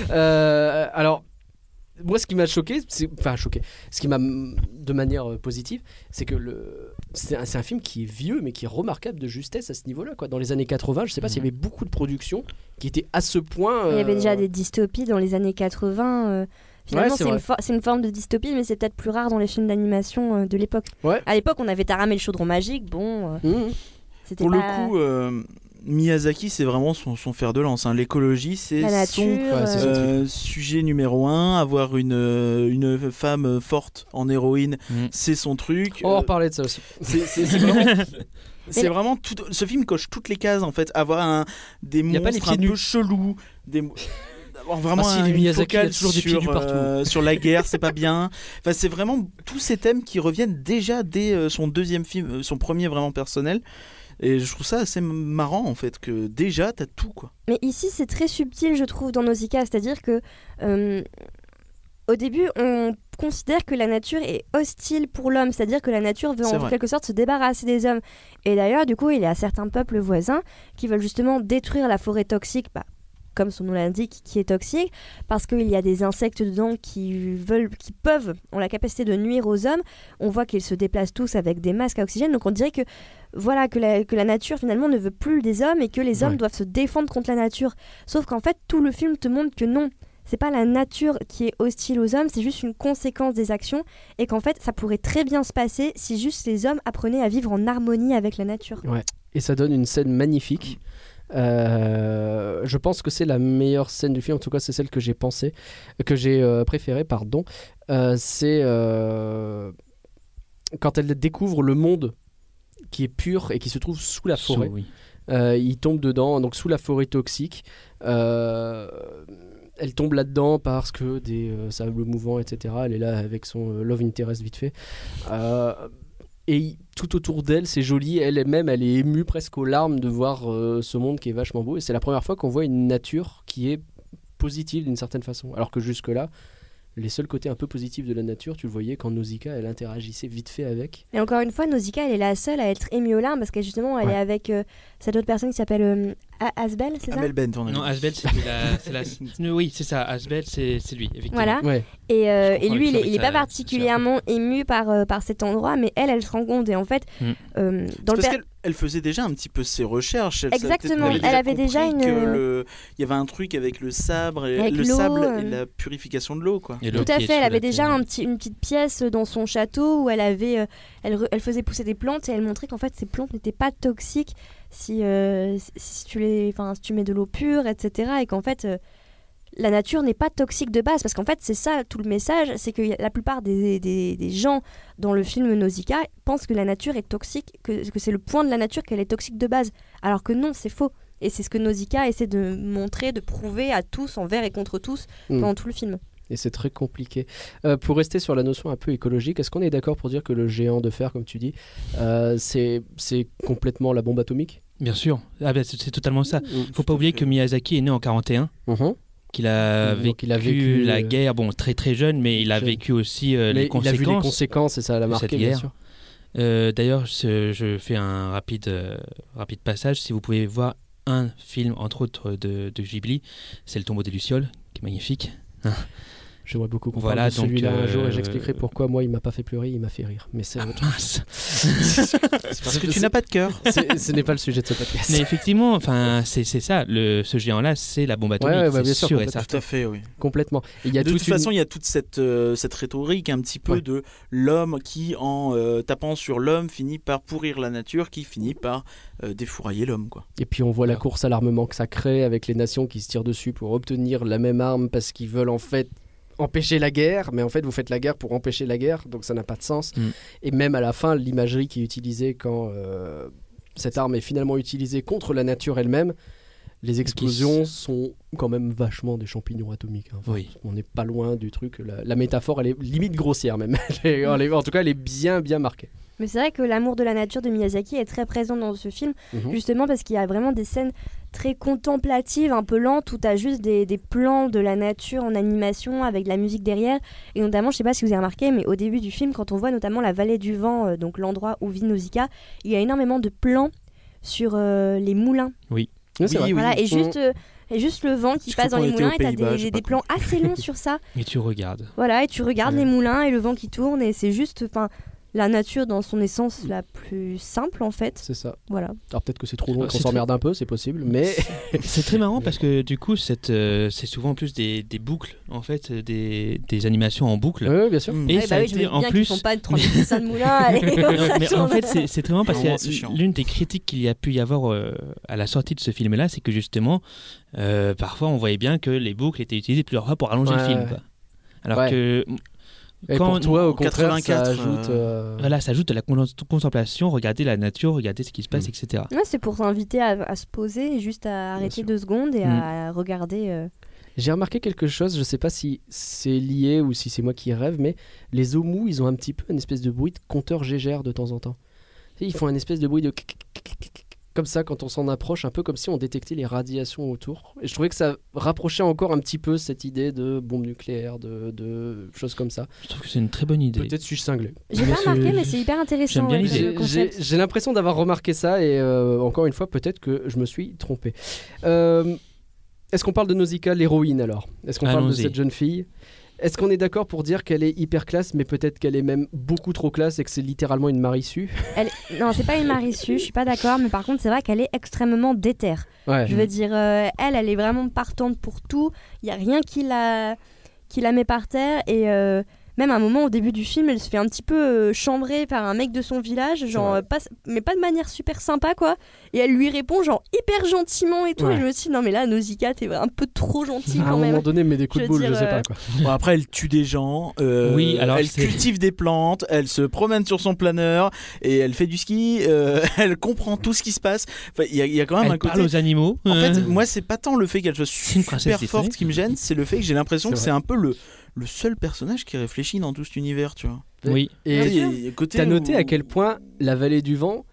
[SPEAKER 2] Euh, alors, moi ce qui m'a choqué, c'est- enfin choqué, ce qui m'a de manière euh, positive, c'est que le... c'est un, c'est un film qui est vieux mais qui est remarquable de justesse à ce niveau-là. quoi. Dans les années 80, je sais pas s'il y avait beaucoup de productions qui étaient à ce point.
[SPEAKER 6] Mmh. Il y avait
[SPEAKER 2] euh,
[SPEAKER 6] déjà des dystopies dans les années 80. euh, Finalement,
[SPEAKER 2] Ouais, c'est
[SPEAKER 6] c'est
[SPEAKER 2] vrai.
[SPEAKER 6] une, for- c'est une forme de dystopie, mais c'est peut-être plus rare dans les films d'animation euh, de l'époque.
[SPEAKER 2] Ouais.
[SPEAKER 6] À l'époque, on avait Taram et le chaudron magique. Bon, euh,
[SPEAKER 2] Mhm.
[SPEAKER 6] c'était
[SPEAKER 1] Pour le
[SPEAKER 6] pas
[SPEAKER 1] coup, euh, Miyazaki, c'est vraiment son, son fer de lance. hein. L'écologie, c'est
[SPEAKER 6] la nature.
[SPEAKER 1] son
[SPEAKER 2] Ouais, c'est son
[SPEAKER 6] euh,
[SPEAKER 2] truc.
[SPEAKER 1] Euh, sujet numéro un, avoir une, euh, une femme euh, forte en héroïne,
[SPEAKER 7] Mm.
[SPEAKER 1] c'est son truc.
[SPEAKER 2] On va
[SPEAKER 1] Euh,
[SPEAKER 2] reparler de ça aussi.
[SPEAKER 1] c'est- c'est c'est vraiment, c'est
[SPEAKER 6] Mais-
[SPEAKER 1] vraiment tout, ce film coche toutes les cases en fait. Avoir un, des
[SPEAKER 2] a
[SPEAKER 1] monstres
[SPEAKER 2] pas les pieds
[SPEAKER 1] un peu
[SPEAKER 2] nus.
[SPEAKER 1] chelous, des mo- avoir vraiment
[SPEAKER 2] Ah si,
[SPEAKER 1] un-
[SPEAKER 2] les
[SPEAKER 1] une
[SPEAKER 2] Miyazaki,
[SPEAKER 1] focale
[SPEAKER 2] il y a toujours des pieds
[SPEAKER 1] sur,
[SPEAKER 2] nus partout.
[SPEAKER 1] euh, sur la guerre, c'est pas bien. Enfin, c'est vraiment tous ces thèmes qui reviennent déjà dès euh, son deuxième film, euh, son premier vraiment personnel. Et je trouve ça assez marrant en fait que déjà t'as tout quoi.
[SPEAKER 6] Mais ici, c'est très subtil, je trouve, dans Nausicaa. C'est-à-dire que, euh, au début, on considère que la nature est hostile pour l'homme. C'est-à-dire que la nature veut
[SPEAKER 1] C'est
[SPEAKER 6] en
[SPEAKER 1] vrai.
[SPEAKER 6] quelque sorte se débarrasser des hommes. Et d'ailleurs, du coup, il y a certains peuples voisins qui veulent justement détruire la forêt toxique. bah, comme son nom l'indique, qui est toxique, parce qu'il y a des insectes dedans qui veulent, qui peuvent, ont la capacité de nuire aux hommes. On voit qu'ils se déplacent tous avec des masques à oxygène, donc on dirait que voilà que la, que la nature finalement ne veut plus des hommes et que les hommes
[SPEAKER 7] Ouais.
[SPEAKER 6] doivent se défendre contre la nature. Sauf qu'en fait, tout le film te montre que non, c'est pas la nature qui est hostile aux hommes, c'est juste une conséquence des actions et qu'en fait, ça pourrait très bien se passer si juste les hommes apprenaient à vivre en harmonie avec la nature.
[SPEAKER 2] Et ça donne une scène magnifique. Euh, je pense que c'est la meilleure scène du film, en tout cas c'est celle que j'ai pensé, que j'ai euh, préférée, pardon. Euh, c'est euh, quand elle découvre le monde qui est pur et qui se trouve sous la forêt.
[SPEAKER 7] So, oui.
[SPEAKER 2] Euh, il tombe dedans, donc sous la forêt toxique. Euh, elle tombe là-dedans parce que des euh, sables mouvants, etc. Elle est là avec son euh, love interest vite fait. Euh, et il- tout autour d'elle, c'est joli. Elle-même, elle est émue presque aux larmes de voir euh, ce monde qui est vachement beau. Et c'est la première fois qu'on voit une nature qui est positive d'une certaine façon. Alors que jusque-là, les seuls côtés un peu positifs de la nature, tu le voyais quand Nausicaa, elle interagissait vite fait avec.
[SPEAKER 6] Mais encore une fois, Nausicaa, elle est la seule à être émue aux larmes parce que justement, elle
[SPEAKER 2] Ouais.
[SPEAKER 6] est avec euh, cette autre personne qui s'appelle euh, A- Asbel, c'est ça
[SPEAKER 1] Amel Bent, on a
[SPEAKER 7] Non,
[SPEAKER 1] dit.
[SPEAKER 7] Asbel, c'est la, c'est la- Oui, c'est ça. Asbel, c'est c'est lui, effectivement.
[SPEAKER 6] Voilà.
[SPEAKER 2] Ouais.
[SPEAKER 6] Et, euh,
[SPEAKER 7] Je comprends
[SPEAKER 6] et lui,
[SPEAKER 7] le
[SPEAKER 6] il est,
[SPEAKER 7] truc,
[SPEAKER 6] il est
[SPEAKER 7] ça-
[SPEAKER 6] pas
[SPEAKER 7] ça-
[SPEAKER 6] particulièrement ému par, euh, par cet endroit, mais elle, elle se rend compte. Et en fait,
[SPEAKER 7] Mm.
[SPEAKER 6] euh, dans
[SPEAKER 1] C'est
[SPEAKER 6] le
[SPEAKER 1] parce
[SPEAKER 6] per-
[SPEAKER 1] qu'elle elle faisait déjà un petit peu ses recherches. Elle,
[SPEAKER 6] Exactement,
[SPEAKER 1] savait-
[SPEAKER 6] elle avait déjà
[SPEAKER 1] compris
[SPEAKER 6] une-
[SPEAKER 1] que le- Il y avait un truc avec le sabre, et
[SPEAKER 6] Avec
[SPEAKER 1] le
[SPEAKER 6] l'eau,
[SPEAKER 1] sable et
[SPEAKER 6] euh.
[SPEAKER 1] la purification de l'eau, quoi.
[SPEAKER 7] Et l'eau
[SPEAKER 6] Tout à
[SPEAKER 7] qui est
[SPEAKER 6] fait,
[SPEAKER 7] sous
[SPEAKER 6] elle
[SPEAKER 7] la
[SPEAKER 6] avait déjà
[SPEAKER 7] terre.
[SPEAKER 6] un petit, une petite pièce euh, dans son château où elle, avait, euh, elle, re- elle faisait pousser des plantes et elle montrait qu'en fait ces plantes n'étaient pas toxiques si, euh, si, tu les, enfin, si tu mets de l'eau pure, etc. Et qu'en fait euh, la nature n'est pas toxique de base. Parce qu'en fait c'est ça tout le message, c'est que y a- la plupart des, des- des gens dans le film Nausicaa pensent que la nature est toxique, que, que c'est le point de la nature qu'elle est toxique de base. Alors que non, c'est faux. Et c'est ce que Nausicaa essaie de montrer, de prouver à tous, envers et contre tous,
[SPEAKER 2] Mm.
[SPEAKER 6] pendant tout le film.
[SPEAKER 2] et c'est très compliqué. Euh, pour rester sur la notion un peu écologique, est-ce qu'on est d'accord pour dire que le géant de fer, comme tu dis, euh, c'est c'est complètement la bombe atomique
[SPEAKER 7] Bien sûr. Ah, ben, c'est c'est totalement ça.
[SPEAKER 2] Mhm.
[SPEAKER 7] Faut pas oublier que Miyazaki est né en 41. qu'il a,
[SPEAKER 2] Donc,
[SPEAKER 7] vécu
[SPEAKER 2] il a vécu, euh,
[SPEAKER 7] la guerre, bon, très très jeune, mais il a
[SPEAKER 2] jeune.
[SPEAKER 7] vécu aussi euh,
[SPEAKER 2] Mais
[SPEAKER 7] les
[SPEAKER 2] il a vu les
[SPEAKER 7] conséquences.
[SPEAKER 2] conséquences et ça l'a
[SPEAKER 7] de
[SPEAKER 2] marqué,
[SPEAKER 7] cette
[SPEAKER 2] bien
[SPEAKER 7] guerre.
[SPEAKER 2] sûr.
[SPEAKER 7] Euh, D'ailleurs, ce- je fais un rapide, euh, rapide passage. Si vous pouvez voir un film, entre autres, de, de Ghibli, c'est Le tombeau des Lucioles, qui est magnifique.
[SPEAKER 2] J'aimerais beaucoup qu'on
[SPEAKER 7] Voilà,
[SPEAKER 2] parle de
[SPEAKER 7] donc,
[SPEAKER 2] celui-là un jour
[SPEAKER 7] euh,
[SPEAKER 2] et j'expliquerai pourquoi moi il m'a pas fait pleurer, il m'a fait rire. Mais c'est autre
[SPEAKER 7] Mince.
[SPEAKER 1] C'est parce que tu n'as pas de cœur.
[SPEAKER 2] chose. C'est- ce n'est pas le sujet de ce podcast.
[SPEAKER 7] Mais effectivement, enfin, c'est c'est ça. Le, ce géant-là, c'est la bombe atomique,
[SPEAKER 2] ouais, bah,
[SPEAKER 7] c'est
[SPEAKER 2] bien sûr,
[SPEAKER 7] sûr et
[SPEAKER 2] complètement.
[SPEAKER 7] certain.
[SPEAKER 1] Tout à fait, oui.
[SPEAKER 2] Complètement. Et Il y a
[SPEAKER 1] de toute
[SPEAKER 2] une-
[SPEAKER 1] façon, il y a toute cette, euh, cette rhétorique un petit peu
[SPEAKER 2] Ouais.
[SPEAKER 1] de l'homme qui, en euh, tapant sur l'homme, finit par pourrir la nature, qui finit par euh, défourailler l'homme. quoi.
[SPEAKER 2] Et puis on voit
[SPEAKER 1] Ah.
[SPEAKER 2] la
[SPEAKER 7] Alors.
[SPEAKER 2] course à l'armement que ça crée avec les nations qui se tirent dessus pour obtenir la même arme parce qu'ils veulent en fait empêcher la guerre, mais en fait vous faites la guerre pour empêcher la guerre, donc ça n'a pas de sens.
[SPEAKER 7] Mm.
[SPEAKER 2] Et même à la fin, l'imagerie qui est utilisée quand euh, cette arme est finalement utilisée contre la nature elle-même, les explosions sont quand même vachement des champignons atomiques. hein. Enfin,
[SPEAKER 7] Oui.
[SPEAKER 2] On n'est pas loin du truc, la, la métaphore elle est limite grossière même. Elle est- elle est- en tout cas elle est bien bien marquée.
[SPEAKER 6] Mais c'est vrai que l'amour de la nature de Miyazaki est très présent dans ce film,
[SPEAKER 2] Mhm.
[SPEAKER 6] justement parce qu'il y a vraiment des scènes très contemplatives, un peu lentes, où tu as juste des, des plans de la nature en animation avec de la musique derrière. Et notamment, je sais pas si vous avez remarqué, mais au début du film, quand on voit notamment la vallée du vent, euh, donc l'endroit où vit Nausicaa, il y a énormément de plans sur euh, les moulins.
[SPEAKER 2] Ouais, c'est
[SPEAKER 1] Ah Oui,
[SPEAKER 2] vrai.
[SPEAKER 6] Voilà, et juste, euh, et juste le vent qui
[SPEAKER 1] Je
[SPEAKER 6] passe
[SPEAKER 1] crois
[SPEAKER 6] dans les
[SPEAKER 1] qu'on était
[SPEAKER 6] moulins,
[SPEAKER 1] aux
[SPEAKER 6] et tu as
[SPEAKER 1] Pays-Bas,
[SPEAKER 6] des,
[SPEAKER 1] j'ai
[SPEAKER 6] des
[SPEAKER 1] pas
[SPEAKER 6] plans assez longs sur ça.
[SPEAKER 7] Et tu regardes.
[SPEAKER 6] Voilà, et tu regardes
[SPEAKER 7] Ouais.
[SPEAKER 6] les moulins et le vent qui tourne, et c'est juste enfin, la nature dans son essence la plus simple, en fait.
[SPEAKER 2] C'est ça.
[SPEAKER 6] Voilà.
[SPEAKER 2] Alors peut-être que c'est trop long
[SPEAKER 7] Ouais,
[SPEAKER 2] qu'on
[SPEAKER 7] Ah, c'est
[SPEAKER 2] s'emmerde un peu, c'est possible, mais
[SPEAKER 7] C'est très marrant parce que du coup, cette, euh, c'est souvent plus des, des boucles, en fait, euh, des, des animations en boucle.
[SPEAKER 2] Ouais, bien sûr.
[SPEAKER 1] Mm.
[SPEAKER 7] Et
[SPEAKER 6] Ouais, bah
[SPEAKER 7] ça veut
[SPEAKER 6] oui, je me
[SPEAKER 7] dire
[SPEAKER 6] dis
[SPEAKER 7] en
[SPEAKER 6] bien qu'ils
[SPEAKER 7] plus.
[SPEAKER 6] font pas de 3000 dessins de moulin, allez,
[SPEAKER 7] Mais-
[SPEAKER 6] on
[SPEAKER 7] mais en
[SPEAKER 6] retourne.
[SPEAKER 7] fait, c'est c'est très marrant parce
[SPEAKER 1] Au moins, c'est chiant.
[SPEAKER 7] que l'une des critiques qu'il y a pu y avoir euh, à la sortie de ce film-là, c'est que justement, euh, parfois on voyait bien que les boucles étaient utilisées plusieurs fois pour allonger
[SPEAKER 2] Ouais,
[SPEAKER 7] le film.
[SPEAKER 2] ouais.
[SPEAKER 7] quoi. Alors
[SPEAKER 2] Ouais.
[SPEAKER 7] que
[SPEAKER 2] Et
[SPEAKER 7] quand
[SPEAKER 2] pour toi, au
[SPEAKER 1] en
[SPEAKER 2] contraire,
[SPEAKER 1] 84,
[SPEAKER 2] ça ajoute. euh,
[SPEAKER 7] voilà, ça ajoute de la con- contemplation, regarder la nature, regarder ce qui se passe,
[SPEAKER 2] Mm.
[SPEAKER 7] etc.
[SPEAKER 6] Ouais, c'est pour s'inviter à, à se poser, et juste à arrêter
[SPEAKER 2] sûr.
[SPEAKER 6] deux secondes et
[SPEAKER 7] Mm.
[SPEAKER 6] à regarder. euh,
[SPEAKER 2] J'ai remarqué quelque chose, je sais pas si c'est lié ou si c'est moi qui rêve, mais les omous, ils ont un petit peu une espèce de bruit de compteur GGR de temps en temps. Tu sais, Ils font un espèce de bruit de. Comme ça, quand on s'en approche, un peu comme si on détectait les radiations autour. Et je trouvais que ça rapprochait encore un petit peu cette idée de bombe nucléaire, de, de choses comme ça.
[SPEAKER 7] Je trouve que c'est une très bonne idée.
[SPEAKER 2] Peut-être suis-je cinglé.
[SPEAKER 6] J'ai pas
[SPEAKER 7] c'est-
[SPEAKER 6] remarqué, mais c'est hyper intéressant.
[SPEAKER 7] j'aime bien
[SPEAKER 6] ouais,
[SPEAKER 7] l'idée.
[SPEAKER 6] le
[SPEAKER 2] J'ai- J'ai
[SPEAKER 6] concept.
[SPEAKER 2] j'ai l'impression d'avoir remarqué ça et euh, encore une fois, peut-être que je me suis trompé. Euh, Est-ce qu'on parle de Nausicaa, l'héroïne alors Est-ce qu'on parle de
[SPEAKER 7] Allons-y.
[SPEAKER 2] cette jeune fille Est-ce qu'on est d'accord pour dire qu'elle est hyper classe, mais peut-être qu'elle est même beaucoup trop classe et que c'est littéralement une marissue
[SPEAKER 6] Elle- Non, c'est pas une marissue, je suis pas d'accord, mais par contre, c'est vrai qu'elle est extrêmement déterre.
[SPEAKER 2] Ouais.
[SPEAKER 6] Je veux dire, euh, elle, elle est vraiment partante pour tout. Il y a rien qui la, qui la met par terre. Et euh, même à un moment, au début du film, elle se fait un petit peu euh, chambrer par un mec de son village, genre,
[SPEAKER 2] vrai.
[SPEAKER 6] euh, pas, mais pas de manière super sympa, quoi. Et elle lui répond, genre, hyper gentiment et tout.
[SPEAKER 2] Ouais.
[SPEAKER 6] Et je me suis dit, non, mais là, Nausicaa, t'es un peu trop gentil
[SPEAKER 2] À un
[SPEAKER 6] quand même.
[SPEAKER 2] moment donné, mais des coups
[SPEAKER 6] Je
[SPEAKER 2] de boule,
[SPEAKER 6] veux
[SPEAKER 2] je sais
[SPEAKER 6] dire,
[SPEAKER 2] pas
[SPEAKER 6] euh,
[SPEAKER 2] quoi.
[SPEAKER 1] Bon, après, elle tue des gens, euh,
[SPEAKER 7] Oui, alors
[SPEAKER 1] elle
[SPEAKER 7] c'est-
[SPEAKER 1] cultive des plantes, elle se promène sur son planeur et elle fait du ski, euh, elle comprend tout ce qui se passe. Enfin, Il y, a- il y a quand même
[SPEAKER 7] Elle
[SPEAKER 1] un
[SPEAKER 7] parle
[SPEAKER 1] côté.
[SPEAKER 7] aux animaux.
[SPEAKER 1] En
[SPEAKER 7] euh,
[SPEAKER 1] fait, moi, c'est pas tant le fait qu'elle soit
[SPEAKER 7] une
[SPEAKER 1] super
[SPEAKER 7] princesse Disney.
[SPEAKER 1] forte qui me gêne, c'est le fait que j'ai l'impression
[SPEAKER 2] C'est
[SPEAKER 1] que
[SPEAKER 2] vrai.
[SPEAKER 1] c'est un peu le, le seul personnage qui réfléchit dans tout cet univers, tu vois.
[SPEAKER 7] oui.
[SPEAKER 1] Ah, il y
[SPEAKER 2] Et
[SPEAKER 1] a- il y a le côté
[SPEAKER 2] t'as noté
[SPEAKER 1] où-
[SPEAKER 2] à quel point la vallée du vent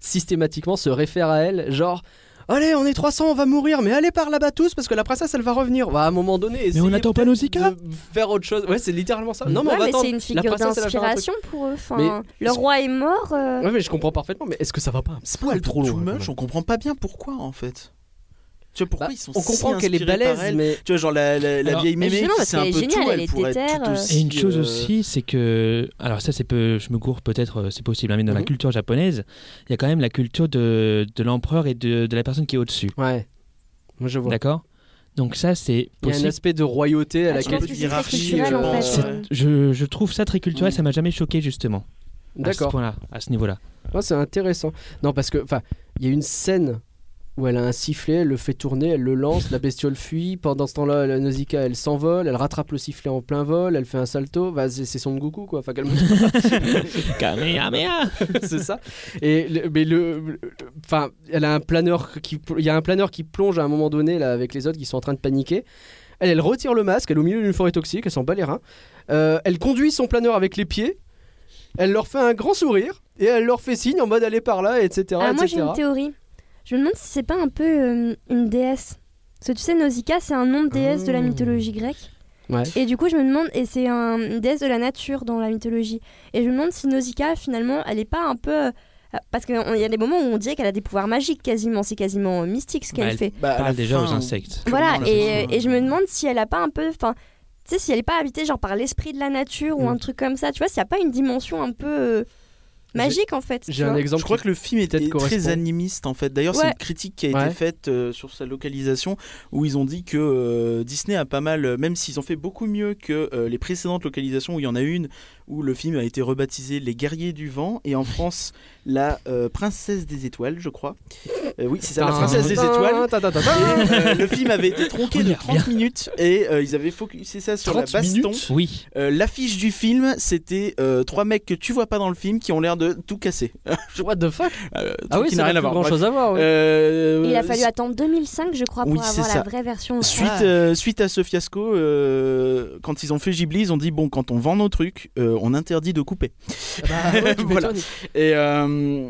[SPEAKER 2] systématiquement se réfère à elle, genre. Allez, on est 300, on va mourir, mais allez par là-bas tous parce que la princesse elle va revenir. Bah, à un moment donné,
[SPEAKER 7] Mais on
[SPEAKER 2] essayez
[SPEAKER 7] n'attend pas Nausicaa.
[SPEAKER 2] de faire autre chose. Ouais, c'est littéralement ça. Non, mais
[SPEAKER 6] Ouais,
[SPEAKER 2] on va
[SPEAKER 6] mais
[SPEAKER 2] attendre.
[SPEAKER 6] c'est une
[SPEAKER 2] La
[SPEAKER 6] figure
[SPEAKER 2] princesse, elle va faire un truc.
[SPEAKER 6] d'inspiration pour eux. Enfin,
[SPEAKER 2] Mais-
[SPEAKER 6] le roi est mort. euh,
[SPEAKER 2] Ouais, mais je comprends parfaitement. Mais est-ce que ça va pas
[SPEAKER 1] C'est pas elle trop
[SPEAKER 2] loin,
[SPEAKER 1] too
[SPEAKER 2] quand
[SPEAKER 1] much,
[SPEAKER 2] même.
[SPEAKER 1] on comprend pas bien pourquoi en fait. Tu vois pourquoi
[SPEAKER 2] Bah,
[SPEAKER 1] ils sont
[SPEAKER 2] On
[SPEAKER 1] si
[SPEAKER 2] comprend qu'elle est
[SPEAKER 1] inspirés par
[SPEAKER 2] balèze,
[SPEAKER 1] elle.
[SPEAKER 2] mais
[SPEAKER 1] Tu vois genre la, la, la
[SPEAKER 7] Alors-
[SPEAKER 1] vieille
[SPEAKER 6] Mais
[SPEAKER 1] mémé
[SPEAKER 6] justement,
[SPEAKER 1] qui
[SPEAKER 6] parce
[SPEAKER 1] sait un
[SPEAKER 6] qu'elle est
[SPEAKER 1] peu
[SPEAKER 6] géniale,
[SPEAKER 1] tout,
[SPEAKER 6] elle
[SPEAKER 1] elle
[SPEAKER 6] est
[SPEAKER 1] pourrait
[SPEAKER 6] déterre,
[SPEAKER 1] être tout
[SPEAKER 6] euh.
[SPEAKER 1] aussi,
[SPEAKER 7] Et une chose
[SPEAKER 1] euh,
[SPEAKER 7] aussi, c'est que. Alors, ça, c'est peu, je me cours peut-être, euh, c'est possible, hein, mais dans la
[SPEAKER 2] Mhm.
[SPEAKER 7] culture japonaise, il y a quand même la culture de, de l'empereur et de, de la personne qui est au-dessus.
[SPEAKER 2] ouais. Moi je
[SPEAKER 1] Bah,
[SPEAKER 2] vois.
[SPEAKER 7] D'accord Donc, ça, c'est
[SPEAKER 2] Il y a un
[SPEAKER 7] possible.
[SPEAKER 2] aspect de royauté à
[SPEAKER 6] Ah, tu
[SPEAKER 2] laquelle
[SPEAKER 6] penses que c'est très culturel,
[SPEAKER 2] euh,
[SPEAKER 6] en fait,
[SPEAKER 2] c'est-
[SPEAKER 6] ouais.
[SPEAKER 7] Je, je trouve ça très culturel,
[SPEAKER 1] Mhm.
[SPEAKER 7] ça m'a jamais choqué, justement. À ce
[SPEAKER 2] D'accord.
[SPEAKER 7] point-là, à ce niveau-là.
[SPEAKER 2] Ouais, c'est intéressant. Non, parce que enfin, il y a une scène où elle a un sifflet, elle le fait tourner, elle le lance, la bestiole fuit. Pendant ce temps-là, la Nausicaa, elle s'envole, elle rattrape le sifflet en plein vol, elle fait un salto. Bah, c'est c'est son Goku quoi. Enfin, calme-toi.
[SPEAKER 7] Kamehameha
[SPEAKER 2] c'est ça. Et le- mais le, le- enfin, elle a un planeur qui, pl- il y a un planeur qui plonge à un moment donné là avec les autres qui sont en train de paniquer. Elle, elle retire le masque, elle est au milieu d'une forêt toxique, elle s'en bat les reins. Euh, elle conduit son planeur avec les pieds. Elle leur fait un grand sourire et elle leur fait signe en mode allez par là, etc.
[SPEAKER 6] Ah, moi j'ai
[SPEAKER 2] etc..
[SPEAKER 6] une théorie. Je me demande si c'est pas un peu euh, une déesse. Parce que tu sais, Nausicaa, c'est un nom de déesse de la
[SPEAKER 2] Ah.
[SPEAKER 6] mythologie grecque.
[SPEAKER 2] Ouais.
[SPEAKER 6] Et du coup, je me demande, et c'est un, une déesse de la nature dans la mythologie. Et je me demande si Nausicaa, finalement, elle est pas un peu. euh, Parce qu'il y a des moments où on dirait qu'elle a des pouvoirs magiques quasiment. C'est quasiment euh, mystique ce
[SPEAKER 7] Bah,
[SPEAKER 6] qu'elle
[SPEAKER 7] elle-
[SPEAKER 6] fait.
[SPEAKER 1] Bah, à la
[SPEAKER 7] parle déjà
[SPEAKER 1] fin, euh,
[SPEAKER 7] aux
[SPEAKER 1] on-
[SPEAKER 7] insectes.
[SPEAKER 6] Voilà,
[SPEAKER 1] Comment elle
[SPEAKER 6] et, euh,
[SPEAKER 1] fait ça
[SPEAKER 6] et je me demande si elle a pas un peu. Enfin, tu sais, si elle est pas habitée genre par l'esprit de la nature ou
[SPEAKER 2] Mm.
[SPEAKER 6] un truc comme ça. Tu vois, s'il n'y a pas une dimension un peu euh, magique en fait. tu
[SPEAKER 2] J'ai un
[SPEAKER 6] vois.
[SPEAKER 2] exemple.
[SPEAKER 1] Je crois que le film est,
[SPEAKER 2] peut-être
[SPEAKER 1] est très
[SPEAKER 2] correspond.
[SPEAKER 1] animiste en fait. D'ailleurs, c'est
[SPEAKER 6] Ouais.
[SPEAKER 1] une critique qui a
[SPEAKER 2] Ouais.
[SPEAKER 1] été faite euh, sur sa localisation où ils ont dit que euh, Disney a pas mal, euh, même s'ils ont fait beaucoup mieux que euh, les précédentes localisations où il y en a une où le film a été rebaptisé Les Guerriers du Vent et en France La euh, Princesse des Étoiles, je crois. Euh, oui, c'est ça, La
[SPEAKER 2] Tin,
[SPEAKER 1] Princesse des
[SPEAKER 2] tin,
[SPEAKER 1] Étoiles.
[SPEAKER 2] tin, tin, tin,
[SPEAKER 1] Et,
[SPEAKER 2] tin.
[SPEAKER 1] euh, le film avait été tronqué
[SPEAKER 7] On y
[SPEAKER 1] de
[SPEAKER 7] revient.
[SPEAKER 1] 30 minutes et euh, ils avaient focusé ça sur la
[SPEAKER 2] 30
[SPEAKER 1] baston.
[SPEAKER 2] minutes
[SPEAKER 7] Oui,
[SPEAKER 1] Euh, L'affiche du film, c'était euh, trois mecs que tu vois pas dans le film qui ont l'air de tout casser.
[SPEAKER 2] What the fuck
[SPEAKER 1] Euh, truc
[SPEAKER 2] Ah oui,
[SPEAKER 1] qui n'a
[SPEAKER 2] ça n'a
[SPEAKER 1] rien à
[SPEAKER 2] plus
[SPEAKER 1] voir.
[SPEAKER 2] grand
[SPEAKER 1] Bref.
[SPEAKER 2] chose à voir. oui.
[SPEAKER 1] Euh,
[SPEAKER 6] Et il a fallu attendre 2005, je crois,
[SPEAKER 1] Oui,
[SPEAKER 6] pour
[SPEAKER 1] c'est
[SPEAKER 6] avoir
[SPEAKER 1] ça.
[SPEAKER 6] la vraie version.
[SPEAKER 1] Suite,
[SPEAKER 2] Ah.
[SPEAKER 1] euh, suite à ce fiasco, euh, quand ils ont fait Ghibli, ils ont dit bon, quand on vend nos trucs, euh, on interdit de couper.
[SPEAKER 2] Ah ouais, tu
[SPEAKER 1] Voilà.
[SPEAKER 2] m'étonnes.
[SPEAKER 1] Et euh,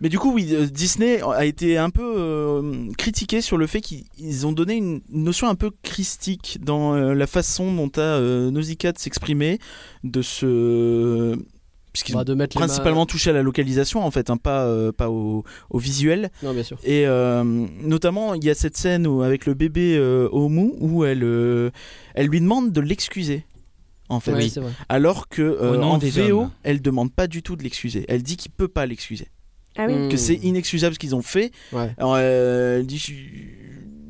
[SPEAKER 1] mais du coup, oui, euh, Disney a été un peu euh, critiqué sur le fait qu'ils ils ont donné une notion un peu christique dans euh, la façon dont a euh, Nausicaa de s'exprimer, de se puisqu'ils ont
[SPEAKER 2] Bah, de mettre les mains-
[SPEAKER 1] principalement touché à la localisation en fait, hein, pas euh, pas au, au visuel.
[SPEAKER 2] Non, bien sûr.
[SPEAKER 1] Et euh, notamment, il y a cette scène où, avec le bébé euh, au mou où elle euh, elle lui demande de l'excuser. En fait,
[SPEAKER 2] Oui, c'est vrai.
[SPEAKER 1] alors que euh,
[SPEAKER 7] Au nom
[SPEAKER 1] en
[SPEAKER 7] des
[SPEAKER 1] VO,
[SPEAKER 7] hommes.
[SPEAKER 1] elle demande pas du tout de l'excuser. Elle dit qu'il peut pas l'excuser,
[SPEAKER 6] Ah oui.
[SPEAKER 2] Mm.
[SPEAKER 1] que c'est inexcusable ce qu'ils ont fait.
[SPEAKER 2] Ouais.
[SPEAKER 1] Alors euh, elle dit je suis-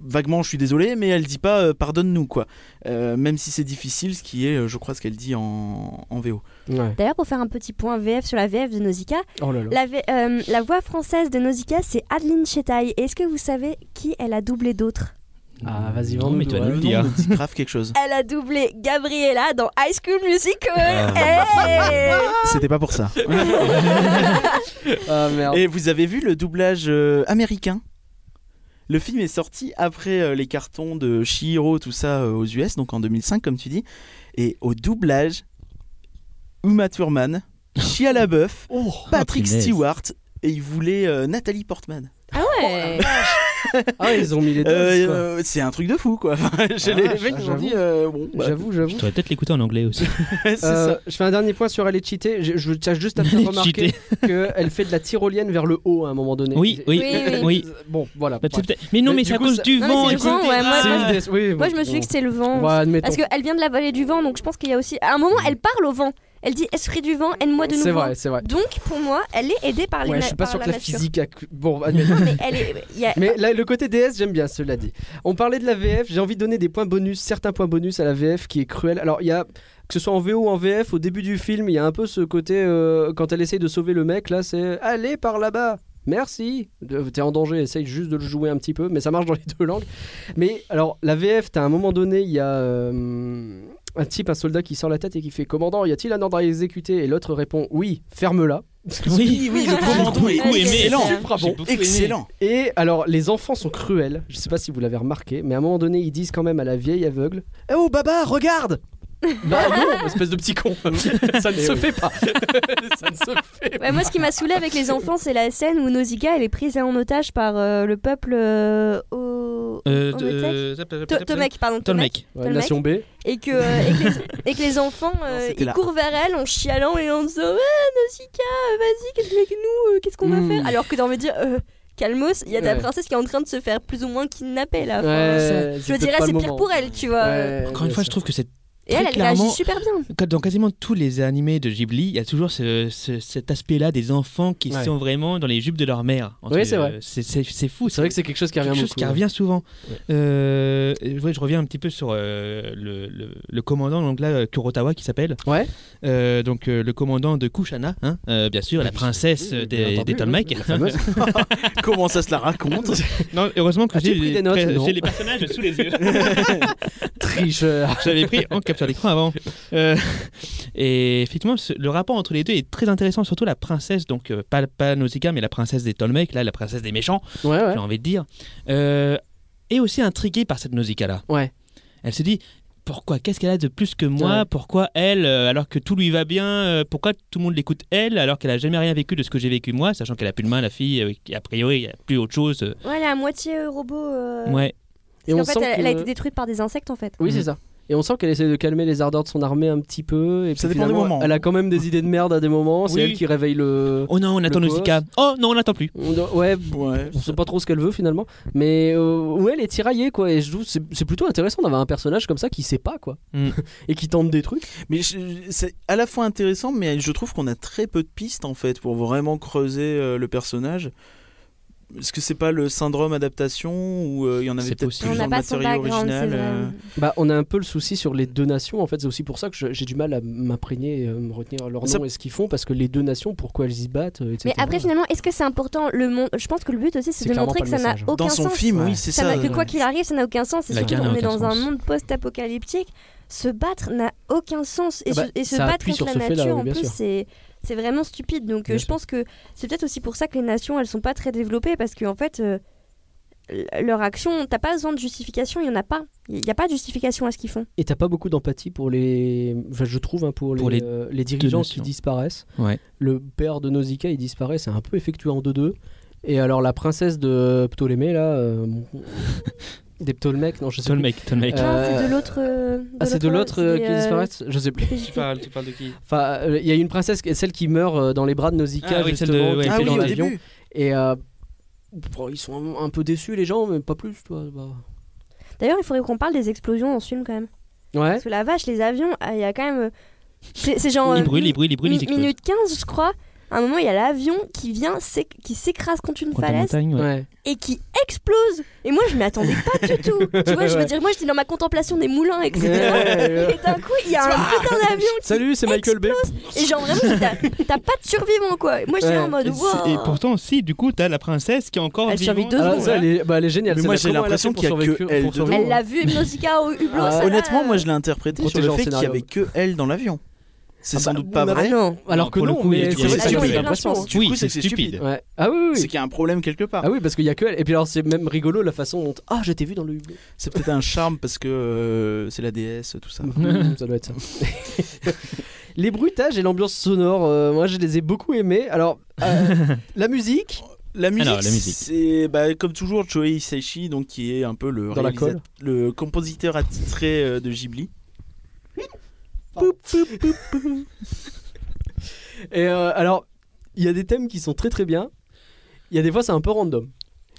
[SPEAKER 1] vaguement je suis désolé, mais elle dit pas euh, pardonne-nous quoi. Euh, même si c'est difficile, ce qui est, euh, je crois, ce qu'elle dit en, en VO.
[SPEAKER 2] Ouais.
[SPEAKER 6] D'ailleurs, pour faire un petit point VF sur la VF de Nausicaa,
[SPEAKER 2] Oh là là.
[SPEAKER 6] la, V- euh, la voix française de Nausicaa, c'est Adeline Chetaille. Et Est-ce que vous savez qui elle a doublé d'autre
[SPEAKER 2] Ah, vas-y,
[SPEAKER 7] Non,
[SPEAKER 2] vends-nous,
[SPEAKER 7] mais tu vas
[SPEAKER 2] ouais.
[SPEAKER 7] nous le
[SPEAKER 1] Le
[SPEAKER 7] hein.
[SPEAKER 1] nom
[SPEAKER 7] dire.
[SPEAKER 1] me dit grave quelque chose.
[SPEAKER 6] Elle a doublé Gabriella dans High School Musical. Eh
[SPEAKER 7] Ah.
[SPEAKER 6] Hey
[SPEAKER 1] C'était pas pour ça.
[SPEAKER 2] Ah merde.
[SPEAKER 1] Et vous avez vu le doublage euh, américain le film est sorti après euh, les cartons de Shihiro, tout ça euh, aux US, donc en 2005, comme tu dis. Et au doublage, Uma Thurman, Shia LaBeouf, Patrick
[SPEAKER 7] Oh, punaise.
[SPEAKER 1] Stewart, et ils voulaient euh, Nathalie Portman.
[SPEAKER 6] Ah ouais
[SPEAKER 2] Ah, ils ont mis les deux.
[SPEAKER 1] Euh, euh, c'est un truc de fou, quoi. Enfin, j'ai-
[SPEAKER 2] Ah,
[SPEAKER 1] les mecs ils ont
[SPEAKER 2] j'avoue.
[SPEAKER 1] dit, euh, bon, bah,
[SPEAKER 2] J'avoue,
[SPEAKER 7] Je
[SPEAKER 2] j'avoue.
[SPEAKER 7] devrais peut-être l'écouter en anglais aussi. Bah,
[SPEAKER 1] c'est
[SPEAKER 2] Euh,
[SPEAKER 1] ça.
[SPEAKER 2] je fais un dernier point sur elle est cheatée. Je, je tiens juste à faire
[SPEAKER 7] Elle est
[SPEAKER 2] remarquer qu'elle fait de la tyrolienne vers le haut à un moment donné.
[SPEAKER 7] Oui, oui,
[SPEAKER 6] Oui, oui.
[SPEAKER 7] oui.
[SPEAKER 2] Bon, voilà.
[SPEAKER 7] Bah,
[SPEAKER 2] bref.
[SPEAKER 7] c'est peut-être- Mais non,
[SPEAKER 2] Mais
[SPEAKER 7] mais,
[SPEAKER 2] du
[SPEAKER 7] c'est à
[SPEAKER 2] coup,
[SPEAKER 7] cause
[SPEAKER 2] ça-
[SPEAKER 7] du
[SPEAKER 6] Non, mais
[SPEAKER 7] vent,
[SPEAKER 6] c'est le
[SPEAKER 7] etc.
[SPEAKER 6] vent, ouais, moi-
[SPEAKER 2] C'est
[SPEAKER 1] Ah.
[SPEAKER 2] une des- oui,
[SPEAKER 6] Moi, je
[SPEAKER 2] bon,
[SPEAKER 6] me suis dit que c'est le
[SPEAKER 2] bon.
[SPEAKER 6] vent.
[SPEAKER 2] Ouais, admettons.
[SPEAKER 6] Parce qu'elle vient de la vallée du vent, donc je pense qu'il y a aussi. À un moment, elle parle au vent. Elle dit Esprit du vent, aide-moi de nouveau.
[SPEAKER 2] C'est vrai, c'est vrai.
[SPEAKER 6] Donc, pour moi, elle est aidée par les
[SPEAKER 2] Ouais,
[SPEAKER 6] na-
[SPEAKER 2] je suis pas
[SPEAKER 6] par
[SPEAKER 2] sûr que
[SPEAKER 6] la
[SPEAKER 2] la
[SPEAKER 6] nature.
[SPEAKER 2] physique. A... Bon, admettons.
[SPEAKER 6] Non, mais elle est. il y a-
[SPEAKER 2] Mais là, le côté DS, j'aime bien, cela dit. On parlait de la VF, j'ai envie de donner des points bonus, certains points bonus à la VF qui est cruel. Alors, il y a, que ce soit en VO ou en VF, au début du film, il y a un peu ce côté, euh, quand elle essaye de sauver le mec, là, c'est Allez par là-bas Merci De- T'es en danger, essaye juste de le jouer un petit peu, mais ça marche dans les deux langues. Mais alors, la VF, t'as un moment donné, il y a. euh, un type, un soldat qui sort la tête et qui fait Commandant, y a-t-il un ordre à exécuter Et l'autre répond Oui, ferme-la.
[SPEAKER 7] Oui,
[SPEAKER 1] oui, le commando est
[SPEAKER 6] Ah, j'ai aimé.
[SPEAKER 1] excellent.
[SPEAKER 6] J'ai
[SPEAKER 7] beaucoup aimé.
[SPEAKER 1] Excellent.
[SPEAKER 2] Et alors, les enfants sont cruels. Je sais pas si vous l'avez remarqué, mais à un moment donné, ils disent quand même à la vieille aveugle Eh Oh, Baba, regarde Bah non, espèce de petit con Ça ne
[SPEAKER 1] Eh
[SPEAKER 2] se
[SPEAKER 1] oui.
[SPEAKER 2] fait pas Ça ne se fait pas
[SPEAKER 6] Ouais, moi, ce qui m'a saoulé avec les enfants, c'est la scène où Nausicaa elle est prise en otage par euh, le peuple euh, au.
[SPEAKER 7] Euh,
[SPEAKER 6] au Toltec
[SPEAKER 7] de- tap, tap,
[SPEAKER 6] To-
[SPEAKER 7] tap, tap.
[SPEAKER 6] Tomek, pardon. Tomek.
[SPEAKER 7] Tolmec.
[SPEAKER 2] Ouais, Nation B.
[SPEAKER 6] Et que, euh, et que les, et que les enfants, euh,
[SPEAKER 1] c'était
[SPEAKER 6] ils
[SPEAKER 1] là.
[SPEAKER 6] courent vers elle en chialant et en disant Ouais, Nausicaa, euh, vas-y, qu'est-ce que nous euh, Qu'est-ce qu'on
[SPEAKER 2] Mm.
[SPEAKER 6] va faire Alors que d'envie de dire euh, Calmos, il y a ta
[SPEAKER 2] Ouais.
[SPEAKER 6] princesse qui est en train de se faire plus ou moins kidnapper là. Enfin,
[SPEAKER 2] Ouais,
[SPEAKER 6] je dirais,
[SPEAKER 2] peut-être pas
[SPEAKER 6] c'est
[SPEAKER 2] le
[SPEAKER 6] pire
[SPEAKER 2] moment.
[SPEAKER 6] pour elle, tu vois.
[SPEAKER 2] Ouais,
[SPEAKER 7] Encore une
[SPEAKER 2] bien sûr.
[SPEAKER 7] fois, je trouve que c'est
[SPEAKER 6] Et elle,
[SPEAKER 7] très
[SPEAKER 6] elle
[SPEAKER 7] clairement-
[SPEAKER 6] réagit super bien.
[SPEAKER 7] Quand- dans quasiment tous les animés de Ghibli, il y a toujours ce- ce- cet aspect-là des enfants qui
[SPEAKER 2] Ouais.
[SPEAKER 7] sont vraiment dans les jupes de leur mère. Entre-
[SPEAKER 2] Oui, c'est vrai.
[SPEAKER 7] euh, C'est c'est fou.
[SPEAKER 2] C'est vrai que c'est quelque chose qui revient
[SPEAKER 7] quelque chose
[SPEAKER 2] beaucoup. hein.
[SPEAKER 7] qui revient souvent.
[SPEAKER 2] Ouais.
[SPEAKER 7] Euh, et ouais, je reviens un petit peu sur euh, le, le- le commandant, donc là, euh, Kurotawa qui s'appelle.
[SPEAKER 2] Ouais.
[SPEAKER 7] Euh, donc euh, le commandant de Kushana, hein, euh, bien sûr, la princesse
[SPEAKER 2] Oui,
[SPEAKER 7] euh,
[SPEAKER 2] bien
[SPEAKER 7] des,
[SPEAKER 2] entendu,
[SPEAKER 7] des Tolmecs.
[SPEAKER 2] oui, la fameuse.
[SPEAKER 1] Comment ça se la raconte
[SPEAKER 7] Non, heureusement que
[SPEAKER 2] As-tu
[SPEAKER 7] j'ai
[SPEAKER 2] pris
[SPEAKER 7] les,
[SPEAKER 2] des notes
[SPEAKER 7] j'ai
[SPEAKER 2] Non.
[SPEAKER 7] les personnages sous les yeux.
[SPEAKER 2] Tricheur
[SPEAKER 7] J'avais pris en capture d'écran avant. Euh, et effectivement, ce- le rapport entre les deux est très intéressant, surtout la princesse, donc euh, pas, pas Nausicaa, mais la princesse des Tolmecs, là, la princesse des méchants,
[SPEAKER 2] Ouais, ouais.
[SPEAKER 7] j'ai envie de dire, euh, est aussi intriguée par cette Nausicaa-là.
[SPEAKER 2] Ouais.
[SPEAKER 7] Elle se dit. Pourquoi Qu'est-ce qu'elle a de plus que moi
[SPEAKER 2] Ouais.
[SPEAKER 7] Pourquoi elle, euh, alors que tout lui va bien euh, Pourquoi tout le monde l'écoute elle, alors qu'elle a jamais rien vécu de ce que j'ai vécu moi, sachant qu'elle a plus de main, la fille, euh, qui, a priori, il a plus autre chose. euh,
[SPEAKER 6] Ouais, elle est à moitié euh, robot. euh,
[SPEAKER 7] Ouais.
[SPEAKER 2] Et
[SPEAKER 6] Parce
[SPEAKER 2] on
[SPEAKER 6] qu'en
[SPEAKER 2] sent
[SPEAKER 6] fait, elle, elle a
[SPEAKER 2] que-
[SPEAKER 6] été détruite par des insectes en fait.
[SPEAKER 2] Oui,
[SPEAKER 1] Mm.
[SPEAKER 2] c'est ça. Et on sent qu'elle essaie de calmer les ardeurs de son armée un petit peu. Et
[SPEAKER 1] Ça
[SPEAKER 2] puis
[SPEAKER 1] dépend des
[SPEAKER 2] finalement,
[SPEAKER 1] moments.
[SPEAKER 2] Elle a quand même des idées de merde à des moments. C'est
[SPEAKER 7] hein. Oui.
[SPEAKER 2] elle qui réveille le.
[SPEAKER 7] Oh non, on attend
[SPEAKER 2] Le
[SPEAKER 7] Nausicaa. Oh non, on n'attend plus.
[SPEAKER 2] Ouais,
[SPEAKER 1] Ouais.
[SPEAKER 2] on sait pas trop ce qu'elle veut finalement. Mais euh, ouais, elle est tiraillée quoi. Et je trouve que c'est c'est plutôt intéressant d'avoir un personnage comme ça qui sait pas quoi.
[SPEAKER 7] Mm.
[SPEAKER 2] et qui tente des trucs.
[SPEAKER 1] Mais je- c'est à la fois intéressant, mais je trouve qu'on a très peu de pistes en fait pour vraiment creuser euh, le personnage. Est-ce que c'est pas le syndrome adaptation ou euh, il y en avait
[SPEAKER 7] C'est
[SPEAKER 1] peut-être
[SPEAKER 7] possible.
[SPEAKER 1] plus
[SPEAKER 6] on
[SPEAKER 1] dans
[SPEAKER 6] n'a
[SPEAKER 1] le
[SPEAKER 6] pas son
[SPEAKER 1] matériau
[SPEAKER 6] background, c'est
[SPEAKER 1] original
[SPEAKER 6] vrai.
[SPEAKER 1] euh,
[SPEAKER 2] Bah, on a un peu le souci sur les deux nations en fait. C'est aussi pour ça que je- j'ai du mal à m'imprégner, et, euh, me retenir leur nom
[SPEAKER 1] Ça-
[SPEAKER 2] et ce qu'ils font. Parce que les deux nations, pourquoi elles y battent, euh, etc.
[SPEAKER 6] Mais après, finalement, est-ce que c'est important le monde Je pense que le but
[SPEAKER 2] C'est
[SPEAKER 6] aussi, c'est de
[SPEAKER 2] clairement
[SPEAKER 6] montrer
[SPEAKER 2] pas
[SPEAKER 6] que
[SPEAKER 2] le
[SPEAKER 6] ça n'a
[SPEAKER 2] message, hein.
[SPEAKER 6] aucun
[SPEAKER 1] Dans son
[SPEAKER 6] sens.
[SPEAKER 1] film,
[SPEAKER 7] Ouais.
[SPEAKER 1] oui, c'est
[SPEAKER 6] Ça
[SPEAKER 1] ça.
[SPEAKER 6] n'a- que
[SPEAKER 1] euh,
[SPEAKER 6] quoi qu'il arrive, ça n'a aucun sens. Et
[SPEAKER 7] La
[SPEAKER 6] surtout
[SPEAKER 7] guerre
[SPEAKER 6] qu'on
[SPEAKER 7] n'a
[SPEAKER 6] est
[SPEAKER 7] aucun
[SPEAKER 6] dans un
[SPEAKER 7] sens.
[SPEAKER 6] monde post-apocalyptique. Se battre n'a aucun sens. Et,
[SPEAKER 2] Ah bah,
[SPEAKER 6] se, et se
[SPEAKER 2] ça
[SPEAKER 6] battre
[SPEAKER 2] appuie
[SPEAKER 6] contre
[SPEAKER 2] sur
[SPEAKER 6] la
[SPEAKER 2] ce fait-là,
[SPEAKER 6] nature,
[SPEAKER 2] oui,
[SPEAKER 6] en
[SPEAKER 2] bien
[SPEAKER 6] plus,
[SPEAKER 2] sûr.
[SPEAKER 6] c'est. C'est vraiment stupide, donc
[SPEAKER 2] Bien
[SPEAKER 6] euh, je
[SPEAKER 2] sûr.
[SPEAKER 6] pense que c'est peut-être aussi pour ça que les nations, elles sont pas très développées, parce qu'en fait, euh, l- leur action, t'as pas besoin de justification, il y en a pas. Il n'y a pas de justification à ce qu'ils font.
[SPEAKER 2] Et t'as pas beaucoup d'empathie pour les. Enfin, je trouve, hein, pour,
[SPEAKER 7] Pour
[SPEAKER 2] les,
[SPEAKER 7] les
[SPEAKER 2] euh, les dirigeants qui
[SPEAKER 7] nations.
[SPEAKER 2] disparaissent.
[SPEAKER 7] Ouais.
[SPEAKER 2] Le père de Nausicaa, il disparaît, c'est un peu effectué en 2-2. Et alors, la princesse de Ptolémée, là. euh, des Ptolémèques, non, je sais plus.
[SPEAKER 7] Ptolémée, Ptolémée.
[SPEAKER 2] Euh,
[SPEAKER 6] Non, c'est de l'autre. euh, de
[SPEAKER 2] Ah, c'est de l'autre euh,
[SPEAKER 6] c'est des,
[SPEAKER 2] qui
[SPEAKER 6] euh,
[SPEAKER 2] disparaît Je sais plus.
[SPEAKER 6] des-
[SPEAKER 7] tu parles de qui
[SPEAKER 2] Enfin, euh, il y a une princesse, qui- celle qui meurt euh, dans les bras de Nausicaa,
[SPEAKER 7] Ah oui, celle de-
[SPEAKER 2] justement, qui
[SPEAKER 7] ouais,
[SPEAKER 1] Ah
[SPEAKER 2] fait
[SPEAKER 1] oui,
[SPEAKER 2] dans
[SPEAKER 1] au
[SPEAKER 2] l'avion.
[SPEAKER 1] début.
[SPEAKER 2] Et. euh, bon, ils sont un, un peu déçus, les gens, mais pas plus, toi. bah.
[SPEAKER 6] D'ailleurs, il faudrait qu'on parle des explosions dans ce film quand même.
[SPEAKER 2] Ouais.
[SPEAKER 6] Parce que la vache, les avions, ah, il y a quand même. euh, C'est c'est genre. euh,
[SPEAKER 7] Ils brûlent, ils brûlent, ils brûlent, ils
[SPEAKER 6] mi-
[SPEAKER 7] explosent.
[SPEAKER 6] minute 15, je crois. À un moment, il y a l'avion qui vient, s'éc- qui s'écrase contre une
[SPEAKER 7] Contre la
[SPEAKER 6] falaise
[SPEAKER 7] montagne, ouais.
[SPEAKER 2] Ouais.
[SPEAKER 6] et qui explose. Et moi, je m'y attendais pas du tout. Tu vois, je veux
[SPEAKER 2] Ouais.
[SPEAKER 6] dire, moi, j'étais dans ma contemplation des moulins, etc.
[SPEAKER 2] Ouais, ouais.
[SPEAKER 6] Et d'un coup, il y a un putain d'avion.
[SPEAKER 2] Ah, Salut, c'est Michael Bay.
[SPEAKER 6] Et genre, vraiment, j'étais à- t'as pas de survivant, quoi. Et moi, j'étais
[SPEAKER 2] Ouais.
[SPEAKER 6] là en mode,
[SPEAKER 7] Et, c'est- et
[SPEAKER 6] wow.
[SPEAKER 7] pourtant, si, du coup, t'as la princesse qui est encore
[SPEAKER 6] hein. Elle survit
[SPEAKER 7] vivante.
[SPEAKER 6] deux
[SPEAKER 2] Ah,
[SPEAKER 6] secondes. hein.
[SPEAKER 2] ça, elle est, bah, elle est géniale.
[SPEAKER 1] Mais
[SPEAKER 2] c'est
[SPEAKER 1] moi,
[SPEAKER 2] la-
[SPEAKER 1] j'ai
[SPEAKER 2] comment elle
[SPEAKER 1] l'impression
[SPEAKER 2] fait pour
[SPEAKER 1] qu'il y a
[SPEAKER 2] survécu-
[SPEAKER 1] que elle
[SPEAKER 2] pour survivre
[SPEAKER 6] Elle l'a vu, Nausicaa au hublot.
[SPEAKER 2] Ah,
[SPEAKER 6] ça,
[SPEAKER 1] Honnêtement,
[SPEAKER 6] là.
[SPEAKER 1] moi je l'ai interprété sur le
[SPEAKER 2] Protégeant le
[SPEAKER 1] fait qu'il y
[SPEAKER 2] scénario.
[SPEAKER 1] avait que elle dans l'avion. C'est
[SPEAKER 2] Ah
[SPEAKER 1] sans
[SPEAKER 2] bah,
[SPEAKER 1] doute pas
[SPEAKER 2] non,
[SPEAKER 1] vrai.
[SPEAKER 6] Ah non.
[SPEAKER 2] Alors
[SPEAKER 7] Non,
[SPEAKER 2] que
[SPEAKER 7] pour le
[SPEAKER 2] non,
[SPEAKER 7] coup, il y a
[SPEAKER 2] mais
[SPEAKER 7] du
[SPEAKER 2] c'est vrai
[SPEAKER 1] racisme.
[SPEAKER 2] qu'il y a
[SPEAKER 1] Ah,
[SPEAKER 2] plein de
[SPEAKER 6] oui,
[SPEAKER 2] choses.
[SPEAKER 1] Du
[SPEAKER 7] Oui,
[SPEAKER 1] coup, c'est
[SPEAKER 7] c'est
[SPEAKER 1] que c'est
[SPEAKER 7] stupide.
[SPEAKER 1] stupide.
[SPEAKER 2] Ouais. Ah oui, oui,
[SPEAKER 1] C'est
[SPEAKER 2] oui.
[SPEAKER 1] qu'il y a un problème quelque part.
[SPEAKER 2] Ah oui, parce qu'il y a que elle. Et puis alors, c'est même rigolo la façon dont. Ah, je t'ai vu dans le. hublot.
[SPEAKER 1] C'est peut-être un charme parce que euh, c'est la déesse, tout ça.
[SPEAKER 2] Mmh, ça doit être ça. les bruitages et l'ambiance sonore, euh, moi je les ai beaucoup aimés. Alors, euh, la musique.
[SPEAKER 1] La musique,
[SPEAKER 7] Alors, Ah la musique.
[SPEAKER 1] c'est bah, comme toujours Joe Hisaishi, donc qui est un peu le,
[SPEAKER 2] Dans la
[SPEAKER 1] réalisa-
[SPEAKER 2] colle.
[SPEAKER 1] le compositeur attitré euh, de Ghibli.
[SPEAKER 2] Et euh, alors, il y a des thèmes qui sont très très bien. Il y a des fois, c'est un peu random.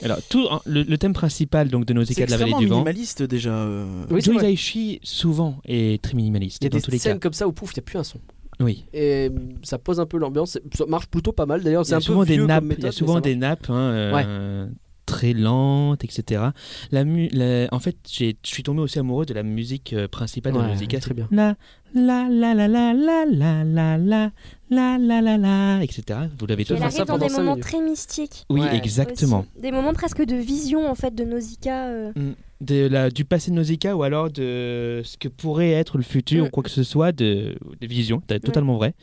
[SPEAKER 7] Alors, tout, en- le, le thème principal donc, de
[SPEAKER 1] C'est
[SPEAKER 7] Nausicaa de la vallée
[SPEAKER 1] extrêmement
[SPEAKER 7] du vent,
[SPEAKER 1] minimaliste déjà. euh.
[SPEAKER 2] Oui, c'est
[SPEAKER 7] Joe
[SPEAKER 2] vrai.
[SPEAKER 7] Hisaishi, souvent, est très minimaliste.
[SPEAKER 2] Il y a
[SPEAKER 7] dans
[SPEAKER 2] des
[SPEAKER 7] tous les
[SPEAKER 2] scènes
[SPEAKER 7] cas.
[SPEAKER 2] comme ça où pouf, il n'y a plus un son.
[SPEAKER 7] Oui.
[SPEAKER 2] Et euh, ça pose un peu l'ambiance. Ça marche plutôt pas mal d'ailleurs.
[SPEAKER 7] Il y
[SPEAKER 2] C'est
[SPEAKER 7] a
[SPEAKER 2] un
[SPEAKER 7] souvent
[SPEAKER 2] peu
[SPEAKER 7] des
[SPEAKER 2] vieux
[SPEAKER 7] nappes,
[SPEAKER 2] comme
[SPEAKER 7] il y a
[SPEAKER 2] méthode, mais
[SPEAKER 7] souvent
[SPEAKER 2] ça
[SPEAKER 7] des nappes hein, euh, très lentes, etc. La mu- la- en fait, j'ai- je suis tombé aussi amoureux de la musique euh, principale de
[SPEAKER 2] Ouais,
[SPEAKER 7] la musique.
[SPEAKER 2] très bien.
[SPEAKER 7] La la la la la la la la la la la la la etc. Vous l'avez
[SPEAKER 2] Je
[SPEAKER 7] tous.
[SPEAKER 6] Elle
[SPEAKER 2] faire ça
[SPEAKER 6] arrive dans
[SPEAKER 2] pendant
[SPEAKER 6] des
[SPEAKER 2] cinq
[SPEAKER 6] moments
[SPEAKER 2] minutes.
[SPEAKER 6] très mystiques.
[SPEAKER 7] Oui,
[SPEAKER 2] Ouais.
[SPEAKER 7] exactement.
[SPEAKER 6] aussi. Des moments presque de vision en fait de Nausicaa. euh.
[SPEAKER 7] De la, du passé de Nausicaa ou alors de ce que pourrait être le futur
[SPEAKER 6] Mm.
[SPEAKER 7] ou quoi que ce soit de, de vision, t'as totalement vrai.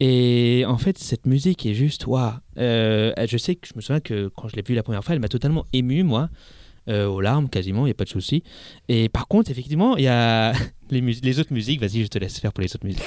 [SPEAKER 7] Et en fait, cette musique est juste, waouh. Euh, Je sais que je me souviens que quand je l'ai vue la première fois, elle m'a totalement ému, moi, euh, aux larmes quasiment, il n'y a pas de souci. Et par contre, effectivement, il y a les, mus- les autres musiques, vas-y, je te laisse faire pour les autres musiques.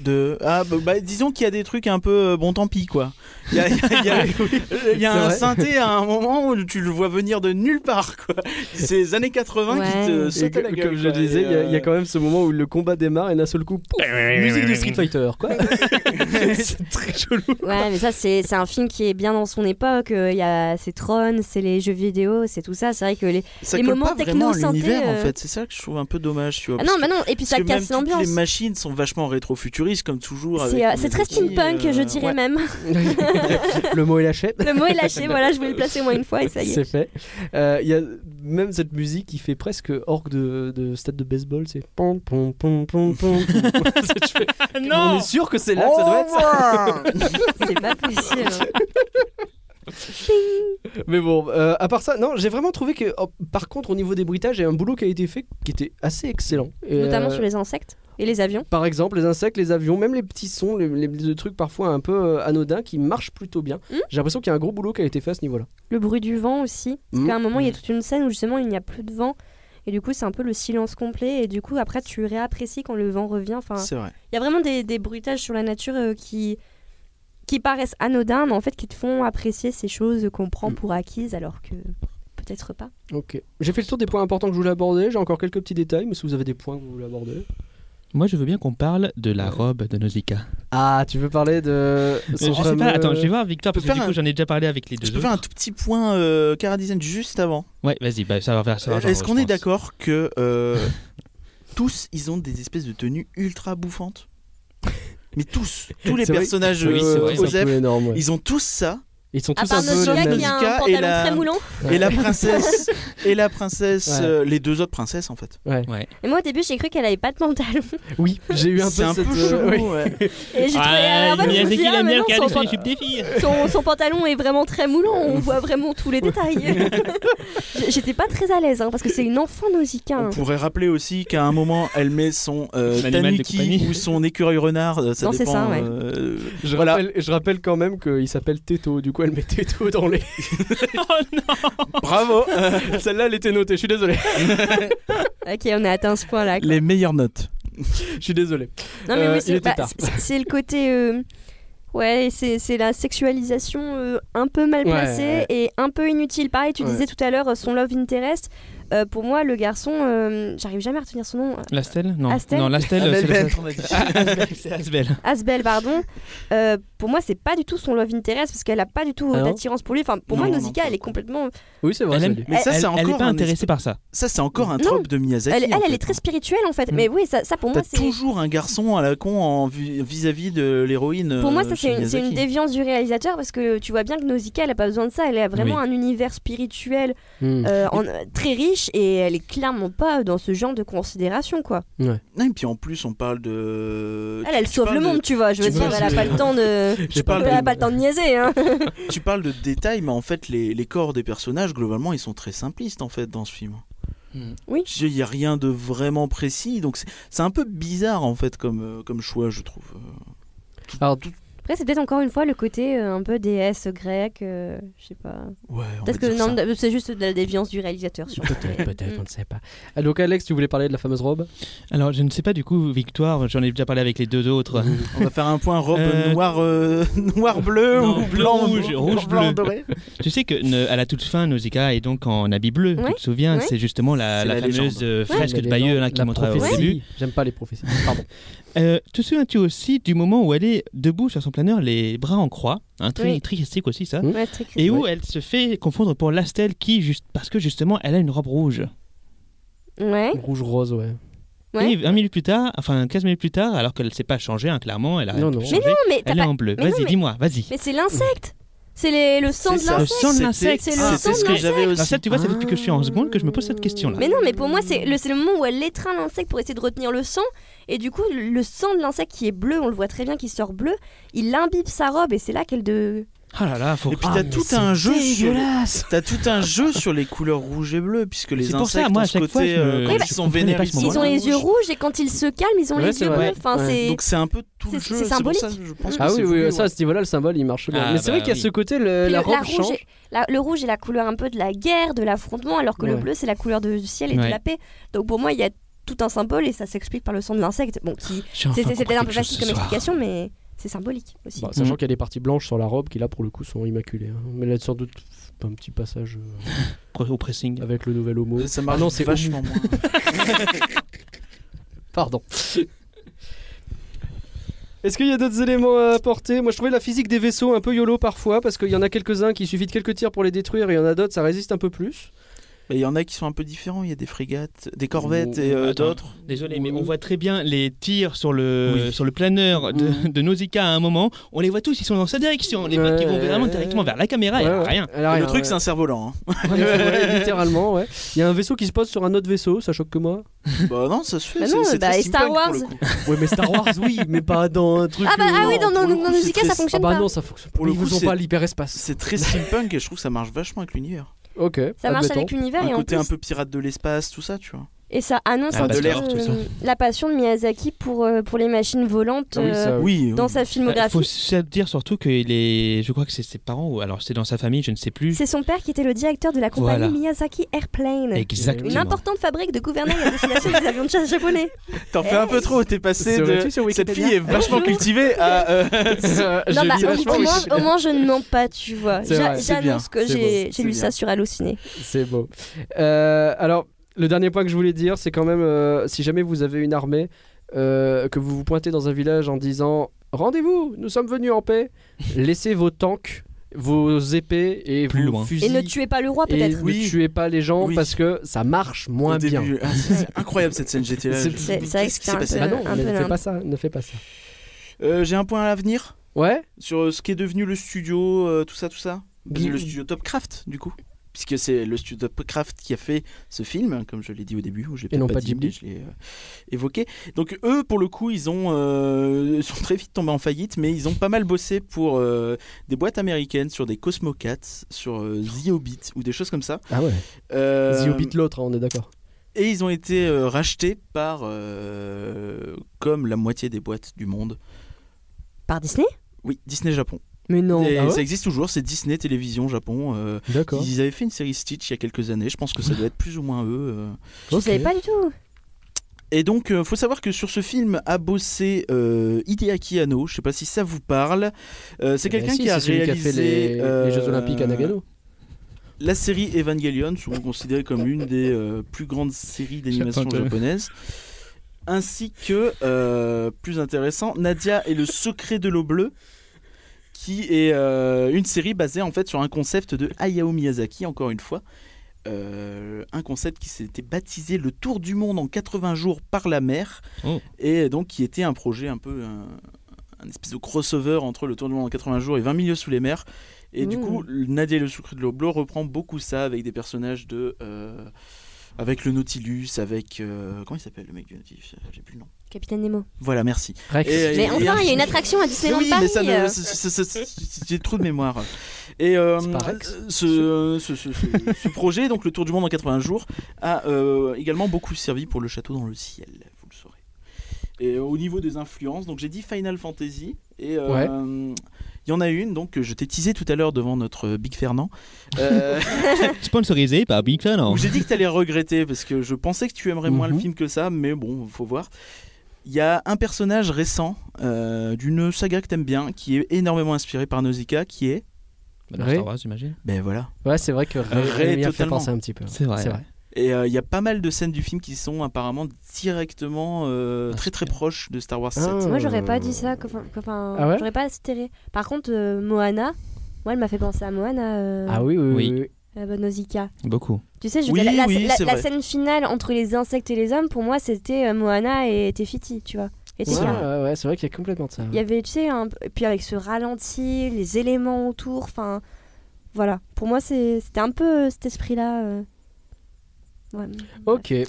[SPEAKER 1] De... Ah, bah, bah, disons qu'il y a des trucs un peu euh, bon, tant pis quoi. Il y a, il y a- il y a- il y a
[SPEAKER 2] C'est
[SPEAKER 1] un
[SPEAKER 2] vrai.
[SPEAKER 1] synthé à un moment où tu le vois venir de nulle part quoi. C'est les années 80 qui te
[SPEAKER 6] Ouais.
[SPEAKER 2] Et
[SPEAKER 1] sautent à
[SPEAKER 2] que-
[SPEAKER 1] la gueule.
[SPEAKER 2] comme je
[SPEAKER 1] quoi.
[SPEAKER 2] disais,
[SPEAKER 1] Et,
[SPEAKER 2] il y a- il y,
[SPEAKER 1] euh,
[SPEAKER 2] a quand même ce moment où le combat démarre et d'un seul coup, pouf, musique de Street Fighter. Quoi C'est très chelou.
[SPEAKER 6] Ouais, mais ça c'est c'est un film qui est bien dans son époque. euh, Il y a c'est Tron, c'est les jeux vidéo, c'est tout ça. C'est vrai que les.
[SPEAKER 1] ça
[SPEAKER 6] les
[SPEAKER 1] colle
[SPEAKER 6] moments
[SPEAKER 1] pas vraiment à
[SPEAKER 6] techno-synthé,
[SPEAKER 1] l'univers en
[SPEAKER 6] euh.
[SPEAKER 1] fait. C'est ça que je trouve un peu dommage. Tu vois,
[SPEAKER 6] Ah
[SPEAKER 1] parce
[SPEAKER 6] non,
[SPEAKER 1] que-
[SPEAKER 6] mais non. Et puis ça
[SPEAKER 1] Parce que
[SPEAKER 6] casse
[SPEAKER 1] même toutes
[SPEAKER 6] l'ambiance.
[SPEAKER 1] Les machines sont vachement rétro-futuristes, comme toujours. avec
[SPEAKER 6] C'est euh,
[SPEAKER 1] les
[SPEAKER 6] c'est très
[SPEAKER 1] outils,
[SPEAKER 6] steampunk,
[SPEAKER 1] euh,
[SPEAKER 6] je dirais
[SPEAKER 1] ouais.
[SPEAKER 6] même.
[SPEAKER 2] le mot est lâché.
[SPEAKER 6] Le mot est lâché. voilà, je voulais le placer au moins une fois et ça y est.
[SPEAKER 2] C'est fait. Euh, Il y a même cette musique qui fait presque orgue de, de stade de baseball. C'est pom pom pom pom pom. C'est- tu fais- On est sûr que c'est là que ça doit être ça.
[SPEAKER 6] C'est pas possible. Oh
[SPEAKER 2] Mais bon, euh, à part ça, non, j'ai vraiment trouvé que, oh, par contre, au niveau des bruitages, il y a un boulot qui a été fait qui était assez excellent. Et,
[SPEAKER 6] Notamment
[SPEAKER 2] euh,
[SPEAKER 6] sur les insectes et les avions.
[SPEAKER 2] Par exemple, les insectes, les avions, même les petits sons, les, les- les trucs parfois un peu euh, anodins qui marchent plutôt bien.
[SPEAKER 6] Hmm.
[SPEAKER 2] J'ai l'impression qu'il y a un gros boulot qui a été fait à ce niveau-là.
[SPEAKER 6] Le bruit du vent aussi. Parce
[SPEAKER 2] Mm.
[SPEAKER 6] qu'à un moment, il y a toute une scène où justement il n'y a plus de vent. Et du coup, c'est un peu le silence complet. Et du coup, après, tu réapprécies quand le vent revient. Enfin,
[SPEAKER 1] C'est vrai.
[SPEAKER 6] il y a vraiment des, des bruitages sur la nature euh, qui, qui paraissent anodins, mais en fait qui te font apprécier ces choses qu'on prend
[SPEAKER 2] Mm.
[SPEAKER 6] pour acquises alors que peut-être pas.
[SPEAKER 2] Ok. J'ai fait le tour des points importants que je voulais aborder. J'ai encore quelques petits détails, mais si vous avez des points que vous voulez aborder.
[SPEAKER 7] Moi, je veux bien qu'on parle de la robe de Nausicaa.
[SPEAKER 2] Ah, tu veux parler de.
[SPEAKER 7] Euh, je sais pas, attends, je vais voir Victor,
[SPEAKER 1] peux
[SPEAKER 7] parce que du
[SPEAKER 1] faire
[SPEAKER 7] coup,
[SPEAKER 1] un-
[SPEAKER 7] j'en ai déjà parlé avec les deux
[SPEAKER 1] Je peux
[SPEAKER 7] autres.
[SPEAKER 1] faire un tout petit point euh, Cara Design juste avant.
[SPEAKER 7] Ouais, vas-y, bah, ça va faire ça. va faire,
[SPEAKER 1] Est-ce
[SPEAKER 7] je
[SPEAKER 1] qu'on est
[SPEAKER 7] pense.
[SPEAKER 1] d'accord que euh, tous ils ont des espèces de tenues ultra bouffantes Mais tous, tous les
[SPEAKER 2] C'est vrai.
[SPEAKER 1] personnages
[SPEAKER 7] Oui, c'est
[SPEAKER 1] euh,
[SPEAKER 7] vrai, ils sont
[SPEAKER 1] Joseph,
[SPEAKER 2] énorme. ouais.
[SPEAKER 1] ils ont tous ça.
[SPEAKER 2] Ils sont
[SPEAKER 6] À
[SPEAKER 2] tous
[SPEAKER 6] part
[SPEAKER 2] un peu les
[SPEAKER 6] Nausicaa
[SPEAKER 1] le
[SPEAKER 2] mêmes.
[SPEAKER 6] qui a
[SPEAKER 1] Nausicaa
[SPEAKER 6] un
[SPEAKER 1] et
[SPEAKER 6] pantalon
[SPEAKER 1] la-
[SPEAKER 6] très moulant.
[SPEAKER 1] Et la princesse, et la princesse,
[SPEAKER 2] Ouais.
[SPEAKER 1] euh, les deux autres princesses en fait.
[SPEAKER 6] Et moi au début j'ai cru qu'elle avait pas de pantalon.
[SPEAKER 2] Oui, j'ai eu un peu
[SPEAKER 1] C'est un peu
[SPEAKER 2] cette.
[SPEAKER 1] chelou.
[SPEAKER 2] euh, oui.
[SPEAKER 1] ouais.
[SPEAKER 6] Et j'ai trouvé.
[SPEAKER 7] Ah,
[SPEAKER 6] euh, en fait, je me suis
[SPEAKER 7] Miyazaki,
[SPEAKER 6] dit, ah,
[SPEAKER 7] la
[SPEAKER 6] mais
[SPEAKER 7] mère,
[SPEAKER 6] non,
[SPEAKER 7] regardez,
[SPEAKER 6] son,
[SPEAKER 7] je
[SPEAKER 6] pan-
[SPEAKER 7] fais des filles.
[SPEAKER 6] son- son pantalon est vraiment très moulant, on voit vraiment tous les détails. J'étais pas très à l'aise hein, parce que c'est une enfant Nausicaa.
[SPEAKER 1] On
[SPEAKER 6] hein.
[SPEAKER 1] pourrait rappeler aussi qu'à un moment, elle met son euh,
[SPEAKER 7] L'animal de
[SPEAKER 1] tanuki
[SPEAKER 7] compagnie.
[SPEAKER 1] ou son écureuil renard, euh, ça
[SPEAKER 6] Non, c'est
[SPEAKER 1] dépend.
[SPEAKER 6] ça, ouais.
[SPEAKER 1] euh,
[SPEAKER 2] Je,
[SPEAKER 1] Voilà.
[SPEAKER 2] rappelle, je rappelle quand même qu'il s'appelle Teto, du coup elle met Teto dans les.
[SPEAKER 1] Bravo, euh,
[SPEAKER 2] Celle-là elle était notée, je suis désolé.
[SPEAKER 6] Ok, on euh, a atteint ce point là.
[SPEAKER 1] les meilleures notes.
[SPEAKER 2] Je suis désolé.
[SPEAKER 6] Non mais
[SPEAKER 2] Euh,
[SPEAKER 6] oui,
[SPEAKER 2] il
[SPEAKER 6] c'est
[SPEAKER 2] était
[SPEAKER 6] bah,
[SPEAKER 2] tard.
[SPEAKER 6] c'est- c'est le côté. euh, ouais, c'est c'est la sexualisation euh, un peu mal
[SPEAKER 2] Ouais,
[SPEAKER 6] placée
[SPEAKER 2] ouais.
[SPEAKER 6] et un peu inutile. Pareil, tu
[SPEAKER 2] Ouais.
[SPEAKER 6] disais tout à l'heure euh, son love interest. Euh, pour moi, le garçon, euh, j'arrive jamais à retenir son nom. euh,
[SPEAKER 7] Lastel Non,
[SPEAKER 6] Astel
[SPEAKER 7] non, Lastel, c'est
[SPEAKER 1] Belle,
[SPEAKER 7] le- Ah, c'est Asbel.
[SPEAKER 6] Asbel, pardon. Euh, pour moi, c'est pas du tout son love interest parce qu'elle a pas du tout
[SPEAKER 2] Ah non
[SPEAKER 6] d'attirance pour lui. Enfin, pour
[SPEAKER 1] Non,
[SPEAKER 6] moi,
[SPEAKER 1] non,
[SPEAKER 6] Nausicaa,
[SPEAKER 1] non,
[SPEAKER 6] elle est complètement.
[SPEAKER 2] Oui, c'est vrai.
[SPEAKER 7] Elle
[SPEAKER 2] ça,
[SPEAKER 7] aime-
[SPEAKER 2] elle est-
[SPEAKER 1] Mais ça,
[SPEAKER 7] elle
[SPEAKER 1] c'est
[SPEAKER 7] elle est
[SPEAKER 1] encore
[SPEAKER 7] pas
[SPEAKER 1] un
[SPEAKER 7] intéressée
[SPEAKER 1] espèce-
[SPEAKER 7] par ça.
[SPEAKER 1] Ça, c'est encore un
[SPEAKER 6] Non.
[SPEAKER 1] trope de Miyazaki.
[SPEAKER 6] Elle, elle,
[SPEAKER 1] en
[SPEAKER 6] elle
[SPEAKER 1] fait,
[SPEAKER 6] est très
[SPEAKER 1] hein.
[SPEAKER 6] spirituelle en fait.
[SPEAKER 7] Mm.
[SPEAKER 6] Mais oui, ça, ça pour
[SPEAKER 1] T'as
[SPEAKER 6] moi, c'est.
[SPEAKER 1] toujours un garçon à la con en vi- vis-à-vis de l'héroïne.
[SPEAKER 6] Pour moi,
[SPEAKER 1] euh,
[SPEAKER 6] ça,
[SPEAKER 1] chez
[SPEAKER 6] c'est une, c'est une
[SPEAKER 1] Miyazaki.
[SPEAKER 6] déviance du réalisateur parce que tu vois bien que Nausicaa, elle a pas besoin de ça. Elle a vraiment
[SPEAKER 7] Oui.
[SPEAKER 6] un univers spirituel
[SPEAKER 2] Hmm.
[SPEAKER 6] euh, en- euh, très riche et elle est clairement pas dans ce genre de considération quoi.
[SPEAKER 1] Non, Et puis en plus, on parle de.
[SPEAKER 6] Elle, elle
[SPEAKER 1] Euh, tu
[SPEAKER 6] sauve
[SPEAKER 1] parles
[SPEAKER 6] le monde,
[SPEAKER 1] de-
[SPEAKER 6] tu vois. Je veux
[SPEAKER 2] Tu
[SPEAKER 6] dire,
[SPEAKER 2] vois,
[SPEAKER 6] elle a
[SPEAKER 2] c'est-
[SPEAKER 6] pas le temps de.
[SPEAKER 2] J'ai
[SPEAKER 1] pas
[SPEAKER 6] Elle
[SPEAKER 1] le
[SPEAKER 6] a pas le temps de niaiser. Hein.
[SPEAKER 1] Tu parles de détails, mais en fait, les, les corps des personnages, globalement, ils sont très simplistes en fait dans ce film.
[SPEAKER 7] Hmm.
[SPEAKER 6] Oui.
[SPEAKER 1] Je- Il n'y a rien de vraiment précis, donc c'est- c'est un peu bizarre en fait comme, euh, comme choix, je trouve. Euh,
[SPEAKER 2] Alors, tout-
[SPEAKER 6] Après, c'est peut-être encore une fois le côté euh, un peu déesse grecque. euh, je sais pas.
[SPEAKER 1] Ouais, on
[SPEAKER 6] Peut-être
[SPEAKER 1] va
[SPEAKER 6] que
[SPEAKER 1] dire
[SPEAKER 6] non,
[SPEAKER 1] ça.
[SPEAKER 6] c'est juste de la déviance du réalisateur. surtout.
[SPEAKER 2] peut-être, peut-être,
[SPEAKER 6] Mm.
[SPEAKER 2] on ne sait pas. Ah, donc, Alex, tu voulais parler de la fameuse robe
[SPEAKER 7] Alors, je ne sais pas du coup, Victoire, j'en ai déjà parlé avec les deux autres.
[SPEAKER 1] On va faire un point robe
[SPEAKER 7] Euh,
[SPEAKER 1] noir, euh, noir bleu
[SPEAKER 7] non,
[SPEAKER 1] ou blanc
[SPEAKER 7] rouge,
[SPEAKER 1] bleu-
[SPEAKER 7] rouge
[SPEAKER 1] blanc
[SPEAKER 7] bleu.
[SPEAKER 1] doré.
[SPEAKER 7] tu sais que ne- à la toute fin, Nausicaa est donc en habit bleu.
[SPEAKER 6] Ouais,
[SPEAKER 7] Tu te souviens,
[SPEAKER 6] ouais.
[SPEAKER 7] c'est justement la,
[SPEAKER 1] C'est
[SPEAKER 7] la
[SPEAKER 1] la légende.
[SPEAKER 7] fameuse euh,
[SPEAKER 2] La
[SPEAKER 7] fresque de
[SPEAKER 2] légende,
[SPEAKER 7] Bayeux là,
[SPEAKER 2] la
[SPEAKER 7] qui montre euh, au
[SPEAKER 2] prophétie.
[SPEAKER 7] début.
[SPEAKER 2] J'aime pas les prophéties. Pardon.
[SPEAKER 7] Euh, te souviens-tu aussi du moment où elle est debout sur son planeur, les bras en croix, un très,
[SPEAKER 6] Oui.
[SPEAKER 7] très classique aussi ça,
[SPEAKER 2] Mm.
[SPEAKER 6] Ouais, c'est très cru.
[SPEAKER 7] et où elle se fait confondre pour Lastel qui juste parce que justement elle a une robe rouge.
[SPEAKER 6] Ouais.
[SPEAKER 2] Rouge rose, ouais.
[SPEAKER 6] Ouais.
[SPEAKER 7] Et 20 minutes plus tard, enfin 15 minutes plus tard, alors qu'elle ne s'est pas changée, hein, clairement, elle a
[SPEAKER 2] Non, non.
[SPEAKER 7] changé,
[SPEAKER 6] Non, mais, t'as
[SPEAKER 7] elle est
[SPEAKER 6] pas-
[SPEAKER 7] en bleu.
[SPEAKER 6] mais non,
[SPEAKER 7] Vas-y,
[SPEAKER 6] mais-
[SPEAKER 7] dis-moi, vas-y.
[SPEAKER 6] mais c'est l'insecte. C'est les- le sang
[SPEAKER 1] C'est
[SPEAKER 6] de
[SPEAKER 1] ça.
[SPEAKER 7] Le
[SPEAKER 6] l'insecte.
[SPEAKER 7] sang de
[SPEAKER 1] C'était-
[SPEAKER 7] l'insecte.
[SPEAKER 6] C'est le
[SPEAKER 7] Ah.
[SPEAKER 6] sang
[SPEAKER 1] C'était ce
[SPEAKER 6] de
[SPEAKER 1] que j'avais
[SPEAKER 7] Alors ça,
[SPEAKER 1] aussi.
[SPEAKER 7] tu vois, ça fait depuis que je
[SPEAKER 2] Ah.
[SPEAKER 7] suis en seconde que je me pose cette question-là.
[SPEAKER 6] Mais non, mais pour moi, c'est le, c'est le moment où elle étreint l'insecte pour essayer de retenir le sang. Et du coup, le sang de l'insecte qui est bleu, on le voit très bien qui sort bleu, il imbibe sa robe et c'est là qu'elle de.
[SPEAKER 7] Ah là là, faut
[SPEAKER 1] Et puis
[SPEAKER 7] Ah,
[SPEAKER 1] t'as
[SPEAKER 7] mais
[SPEAKER 1] tout
[SPEAKER 7] c'est-
[SPEAKER 1] un jeu sur...
[SPEAKER 2] Dégueulasse
[SPEAKER 1] T'as tout un jeu sur les couleurs rouge et bleu, puisque les
[SPEAKER 7] C'est
[SPEAKER 1] insectes
[SPEAKER 7] pour ça, moi, à
[SPEAKER 1] ont ce
[SPEAKER 7] chaque
[SPEAKER 1] côté,
[SPEAKER 7] fois, je
[SPEAKER 1] euh,
[SPEAKER 7] me- Oui,
[SPEAKER 1] quand
[SPEAKER 7] bah,
[SPEAKER 1] ils sont
[SPEAKER 7] je comprenais
[SPEAKER 1] vénérés,
[SPEAKER 7] pas ce
[SPEAKER 1] sont
[SPEAKER 6] Ils ont
[SPEAKER 7] Ouais.
[SPEAKER 6] les yeux rouges et quand ils se calment, ils ont
[SPEAKER 2] Ouais,
[SPEAKER 6] les
[SPEAKER 2] c'est
[SPEAKER 6] yeux
[SPEAKER 2] vrai.
[SPEAKER 6] bleus. Enfin,
[SPEAKER 2] Ouais.
[SPEAKER 6] c'est.
[SPEAKER 1] Donc c'est un peu tout le
[SPEAKER 6] C'est-
[SPEAKER 1] jeu.
[SPEAKER 6] c'est
[SPEAKER 1] pour
[SPEAKER 6] symbolique.
[SPEAKER 1] ça que je pense que
[SPEAKER 2] Ah
[SPEAKER 1] c'est
[SPEAKER 2] oui, oui,
[SPEAKER 1] voulu,
[SPEAKER 2] ça, à
[SPEAKER 1] ouais.
[SPEAKER 2] ce niveau-là, le symbole, il marche bien.
[SPEAKER 7] Ah,
[SPEAKER 2] Mais c'est
[SPEAKER 7] bah
[SPEAKER 2] vrai qu'il y a
[SPEAKER 7] oui.
[SPEAKER 2] ce côté, le-
[SPEAKER 6] Puis
[SPEAKER 2] la
[SPEAKER 6] le-
[SPEAKER 2] robe
[SPEAKER 6] la rouge
[SPEAKER 2] change.
[SPEAKER 6] est- la- le rouge est la couleur un peu de la guerre, de l'affrontement, alors que le
[SPEAKER 2] Ouais.
[SPEAKER 6] bleu c'est la couleur de- du ciel et
[SPEAKER 7] Ouais.
[SPEAKER 6] de la paix. Donc pour moi, il y a tout un symbole et ça s'explique par le sang de l'insecte. Bon, qui
[SPEAKER 7] J'ai enfin
[SPEAKER 6] c'est c'est
[SPEAKER 7] compris
[SPEAKER 6] peut-être un peu
[SPEAKER 7] quelque chose
[SPEAKER 6] facile
[SPEAKER 7] ce
[SPEAKER 6] comme
[SPEAKER 7] soir.
[SPEAKER 6] explication, mais c'est symbolique aussi.
[SPEAKER 2] Bah,
[SPEAKER 1] Mhm.
[SPEAKER 2] sachant
[SPEAKER 7] Mm.
[SPEAKER 2] qu'il y a des parties blanches sur la robe qui là pour le coup sont immaculées. hein. Mais là sans doute pff, un petit passage euh,
[SPEAKER 7] Au pressing.
[SPEAKER 2] avec le nouvel homo.
[SPEAKER 1] Ça
[SPEAKER 2] Ah
[SPEAKER 1] marche
[SPEAKER 2] non, c'est
[SPEAKER 1] vachement moins.
[SPEAKER 2] Pardon. Est-ce qu'il y a d'autres éléments à apporter Moi je trouvais la physique des vaisseaux un peu YOLO parfois parce qu'il y en a quelques-uns qui suffit de quelques tirs pour les détruire et il y en a d'autres ça résiste un peu plus.
[SPEAKER 1] Bah, Il y en a qui sont un peu différents. Il y a des frégates, des corvettes et euh,
[SPEAKER 7] Attends.
[SPEAKER 2] Ah.
[SPEAKER 1] d'autres.
[SPEAKER 7] Désolé, mais on voit très bien les tirs sur le,
[SPEAKER 1] Oui.
[SPEAKER 7] sur le planeur
[SPEAKER 2] Mm.
[SPEAKER 7] de, de Nausicaa à un moment. On les voit tous, ils sont dans sa direction. Les mecs qui vont
[SPEAKER 2] Ouais.
[SPEAKER 7] vraiment directement vers la caméra,
[SPEAKER 1] Ah,
[SPEAKER 2] Ouais,
[SPEAKER 7] il n'y a
[SPEAKER 2] ouais.
[SPEAKER 7] rien.
[SPEAKER 2] Elle a
[SPEAKER 1] Et
[SPEAKER 2] rien,
[SPEAKER 1] le truc,
[SPEAKER 2] ouais.
[SPEAKER 1] c'est un cerf-volant. hein.
[SPEAKER 2] Ouais, littéralement, ouais. Il y a un vaisseau qui se pose sur un autre vaisseau, ça choque que moi.
[SPEAKER 1] bah non, ça se fait.
[SPEAKER 6] Bah
[SPEAKER 1] c'est-
[SPEAKER 6] non,
[SPEAKER 1] c'est
[SPEAKER 6] bah,
[SPEAKER 1] très
[SPEAKER 6] et Star
[SPEAKER 1] steampunk, pour le
[SPEAKER 6] Wars.
[SPEAKER 1] coup.
[SPEAKER 2] Ouais, mais Star Wars, oui, mais pas dans un truc.
[SPEAKER 6] Ah bah
[SPEAKER 2] euh,
[SPEAKER 6] ah oui,
[SPEAKER 1] non,
[SPEAKER 6] dans
[SPEAKER 1] pour le
[SPEAKER 6] nos-
[SPEAKER 1] coup,
[SPEAKER 6] dans nos
[SPEAKER 1] c'est
[SPEAKER 6] Zika,
[SPEAKER 1] très-
[SPEAKER 6] ça
[SPEAKER 1] ah
[SPEAKER 2] Ah
[SPEAKER 6] fonctionne
[SPEAKER 2] bah
[SPEAKER 6] pas.
[SPEAKER 2] non, ça fonctionne pas.
[SPEAKER 1] Pour le
[SPEAKER 2] Ils
[SPEAKER 1] coup,
[SPEAKER 2] vous ont
[SPEAKER 1] c'est-
[SPEAKER 2] pas l'hyperespace.
[SPEAKER 1] C'est très steampunk et je trouve que ça marche vachement avec l'univers.
[SPEAKER 2] Ok.
[SPEAKER 6] Ça marche
[SPEAKER 2] admettons.
[SPEAKER 6] avec l'univers
[SPEAKER 1] Un
[SPEAKER 6] et en
[SPEAKER 1] côté
[SPEAKER 6] plus.
[SPEAKER 1] un peu pirate de l'espace, tout ça, tu vois.
[SPEAKER 6] Et ça annonce
[SPEAKER 7] Ah,
[SPEAKER 6] un
[SPEAKER 7] bah,
[SPEAKER 6] petit
[SPEAKER 7] de l'air,
[SPEAKER 6] peu,
[SPEAKER 7] tout ça.
[SPEAKER 6] euh, la passion de Miyazaki pour, euh, pour les machines volantes
[SPEAKER 8] Ah oui, ça,
[SPEAKER 6] euh,
[SPEAKER 8] oui.
[SPEAKER 1] Oui,
[SPEAKER 6] dans sa
[SPEAKER 7] Il
[SPEAKER 6] filmographie.
[SPEAKER 7] faut se dire surtout que est, je crois que c'est ses parents ou alors c'est dans sa famille, je ne sais plus.
[SPEAKER 6] C'est son père qui était le directeur de la compagnie
[SPEAKER 7] Voilà.
[SPEAKER 6] Miyazaki Airplane. Une
[SPEAKER 7] Exactement.
[SPEAKER 6] importante fabrique de gouvernail à destination des avions de chasse japonais.
[SPEAKER 1] T'en fais un peu trop, t'es passé
[SPEAKER 8] C'est
[SPEAKER 1] de.
[SPEAKER 8] vrai-tu sur
[SPEAKER 1] Cette
[SPEAKER 8] Wikipédia
[SPEAKER 1] fille est vachement cultivée à. euh,
[SPEAKER 6] Non, bah, au,
[SPEAKER 8] vachement,
[SPEAKER 6] au
[SPEAKER 8] oui.
[SPEAKER 6] moins, au moins, je ne mens pas, tu vois.
[SPEAKER 8] C'est
[SPEAKER 6] J'a-
[SPEAKER 8] vrai,
[SPEAKER 1] c'est
[SPEAKER 6] J'annonce
[SPEAKER 1] bien,
[SPEAKER 6] que
[SPEAKER 1] c'est
[SPEAKER 6] j'ai
[SPEAKER 1] beau,
[SPEAKER 6] j'ai lu
[SPEAKER 1] c'est
[SPEAKER 6] ça sur Allociné.
[SPEAKER 2] C'est beau. Euh, alors, le dernier point que je voulais dire, c'est quand même, euh, si jamais vous avez une armée, euh, que vous vous pointez dans un village en disant « Rendez-vous, nous sommes venus en paix », laissez vos tanks, vos épées et
[SPEAKER 7] Plus
[SPEAKER 2] vos
[SPEAKER 7] loin.
[SPEAKER 2] fusils.
[SPEAKER 6] Et ne tuez pas le roi,
[SPEAKER 2] et
[SPEAKER 6] peut-être.
[SPEAKER 2] ne
[SPEAKER 1] Oui.
[SPEAKER 2] tuez pas les gens
[SPEAKER 1] Oui.
[SPEAKER 2] parce que ça marche moins
[SPEAKER 1] au
[SPEAKER 2] bien.
[SPEAKER 1] début. Ah, c'est c'est incroyable cette scène, j'étais là.
[SPEAKER 2] C'est-
[SPEAKER 1] je-
[SPEAKER 6] c'est vrai que
[SPEAKER 1] Qu'est-ce qui
[SPEAKER 6] c'est
[SPEAKER 1] s'est
[SPEAKER 6] un
[SPEAKER 1] passé
[SPEAKER 6] peu- euh,
[SPEAKER 2] Bah non,
[SPEAKER 6] un
[SPEAKER 2] mais ne
[SPEAKER 6] peu
[SPEAKER 2] fais pas ça, ne fais pas ça.
[SPEAKER 1] Euh, J'ai un point à l'avenir
[SPEAKER 2] Ouais
[SPEAKER 1] sur euh, ce qui est devenu le studio, euh, tout ça, tout ça. Parce que
[SPEAKER 2] Bi-
[SPEAKER 1] Le studio Topcraft, du coup. Puisque c'est le studio Topcraft qui a fait ce film, hein, comme je l'ai dit au début, ou je l'ai
[SPEAKER 2] Et non
[SPEAKER 1] peut-être
[SPEAKER 2] pas
[SPEAKER 1] dit,
[SPEAKER 2] Ghibli.
[SPEAKER 1] mais je l'ai euh, évoqué. Donc eux, pour le coup, ils ont euh, sont très vite tombés en faillite, mais ils ont pas mal bossé pour euh, des boîtes américaines, sur des Cosmocats, sur euh, The Hobbit ou des choses comme ça.
[SPEAKER 2] Ah ouais.
[SPEAKER 1] Euh,
[SPEAKER 2] The Hobbit l'autre, hein, on est d'accord.
[SPEAKER 1] Et ils ont été euh, rachetés par, euh, comme la moitié des boîtes du monde,
[SPEAKER 6] Par Disney
[SPEAKER 1] oui, Disney Japon.
[SPEAKER 2] Mais non.
[SPEAKER 1] Et ça existe toujours, c'est Disney Télévision Japon. euh,
[SPEAKER 2] Ah D'accord.
[SPEAKER 1] ils avaient fait une série Stitch il y a quelques années, je pense que ça doit être plus ou moins eux. euh.
[SPEAKER 6] Je ne
[SPEAKER 2] Ok.
[SPEAKER 6] savais pas du tout.
[SPEAKER 1] Et donc, euh, faut savoir que sur ce film a bossé euh, Hideaki Anno, je sais pas si ça vous parle. Euh, c'est
[SPEAKER 2] Eh ben
[SPEAKER 1] quelqu'un
[SPEAKER 2] si,
[SPEAKER 1] qui a
[SPEAKER 2] c'est celui
[SPEAKER 1] réalisé
[SPEAKER 2] qui a fait les, les
[SPEAKER 1] euh,
[SPEAKER 2] Jeux Olympiques à Nagano.
[SPEAKER 1] La série Evangelion, souvent considérée comme une des euh, plus grandes séries d'animation
[SPEAKER 7] J'attends de-
[SPEAKER 1] japonaise, ainsi que, euh, plus intéressant, Nadia et le secret de l'eau bleue, qui est euh, une série basée en fait sur un concept de Hayao Miyazaki, encore une fois. Euh, un concept qui s'était baptisé le tour du monde en 80 jours par la mer
[SPEAKER 7] Oh.
[SPEAKER 1] et donc qui était un projet un peu un, un espèce de crossover entre le tour du monde en 80 jours et 20 milieux sous les mers et du
[SPEAKER 6] Ouh.
[SPEAKER 1] coup le Nadia et le sucre de l'eau bleue reprend beaucoup ça avec des personnages de euh, avec le Nautilus avec euh, comment il s'appelle le mec du Nautilus j'ai plus le nom
[SPEAKER 6] Capitaine Nemo.
[SPEAKER 1] voilà merci
[SPEAKER 2] Rex.
[SPEAKER 1] Et-
[SPEAKER 6] Mais
[SPEAKER 1] et-
[SPEAKER 6] enfin, il y a une attraction à
[SPEAKER 1] mais
[SPEAKER 6] Disneyland
[SPEAKER 1] oui,
[SPEAKER 6] Paris.
[SPEAKER 1] mais ça, ne-
[SPEAKER 6] euh.
[SPEAKER 1] c'est- c'est- c'est- c'est- j'ai trop de mémoire. Et euh,
[SPEAKER 2] C'est pas Rex
[SPEAKER 1] ce, ce- ce- ce- ce projet, donc le Tour du monde en 80 jours, a euh, également beaucoup servi pour le Château dans le ciel, vous le saurez. Et euh, au niveau des influences, donc j'ai dit Final Fantasy et euh,
[SPEAKER 2] Ouais.
[SPEAKER 1] il y en a une donc que je t'ai teasé tout à l'heure devant notre Big Fernand. Euh,
[SPEAKER 7] Sponsorisé par Big hein. Fan.
[SPEAKER 1] où j'ai dit que t'allais regretter parce que je pensais que tu aimerais moins le
[SPEAKER 2] Mhm.
[SPEAKER 1] film que ça, mais bon, faut voir. Il y a un personnage récent euh, d'une saga que t'aimes bien, qui est énormément inspiré par Nausicaa, qui est,
[SPEAKER 2] Ouais.
[SPEAKER 7] Star Wars, j'imagine.
[SPEAKER 1] ben voilà.
[SPEAKER 2] Ouais, c'est vrai que
[SPEAKER 1] Ray,
[SPEAKER 2] Ray m'y a fait
[SPEAKER 1] totalement.
[SPEAKER 2] penser un petit peu.
[SPEAKER 7] C'est vrai.
[SPEAKER 2] C'est
[SPEAKER 7] ouais.
[SPEAKER 2] vrai.
[SPEAKER 1] Et euh, il y a pas mal de scènes du film qui sont apparemment directement euh, très très
[SPEAKER 7] Inspiré.
[SPEAKER 1] proches de Star Wars
[SPEAKER 2] Ah.
[SPEAKER 1] 7.
[SPEAKER 6] Moi, j'aurais pas
[SPEAKER 1] Hmm.
[SPEAKER 6] dit ça. qu'enfin- qu'enfin,
[SPEAKER 2] Ah ouais
[SPEAKER 6] j'aurais pas stéré. Par contre, euh, Moana, moi, elle m'a fait penser à Moana, euh,
[SPEAKER 2] Ah oui, oui, oui.
[SPEAKER 7] Oui.
[SPEAKER 2] oui.
[SPEAKER 6] la bonne Nausicaa.
[SPEAKER 7] Beaucoup.
[SPEAKER 6] Tu sais, je
[SPEAKER 1] Oui,
[SPEAKER 6] la, la-
[SPEAKER 1] oui,
[SPEAKER 6] la-
[SPEAKER 1] c'est
[SPEAKER 6] la
[SPEAKER 1] vrai.
[SPEAKER 6] scène finale entre les insectes et les hommes, pour moi, c'était euh, Moana et Tefiti, tu vois. Et
[SPEAKER 2] Ouais,
[SPEAKER 6] Tesla.
[SPEAKER 2] ouais, ouais, c'est vrai qu'il y a complètement de ça.
[SPEAKER 6] Il y avait, tu sais, un... et puis avec ce ralenti, les éléments autour, enfin, voilà. Pour moi, c'est- c'était un peu euh, cet esprit-là. euh. Ouais.
[SPEAKER 2] Ok. Et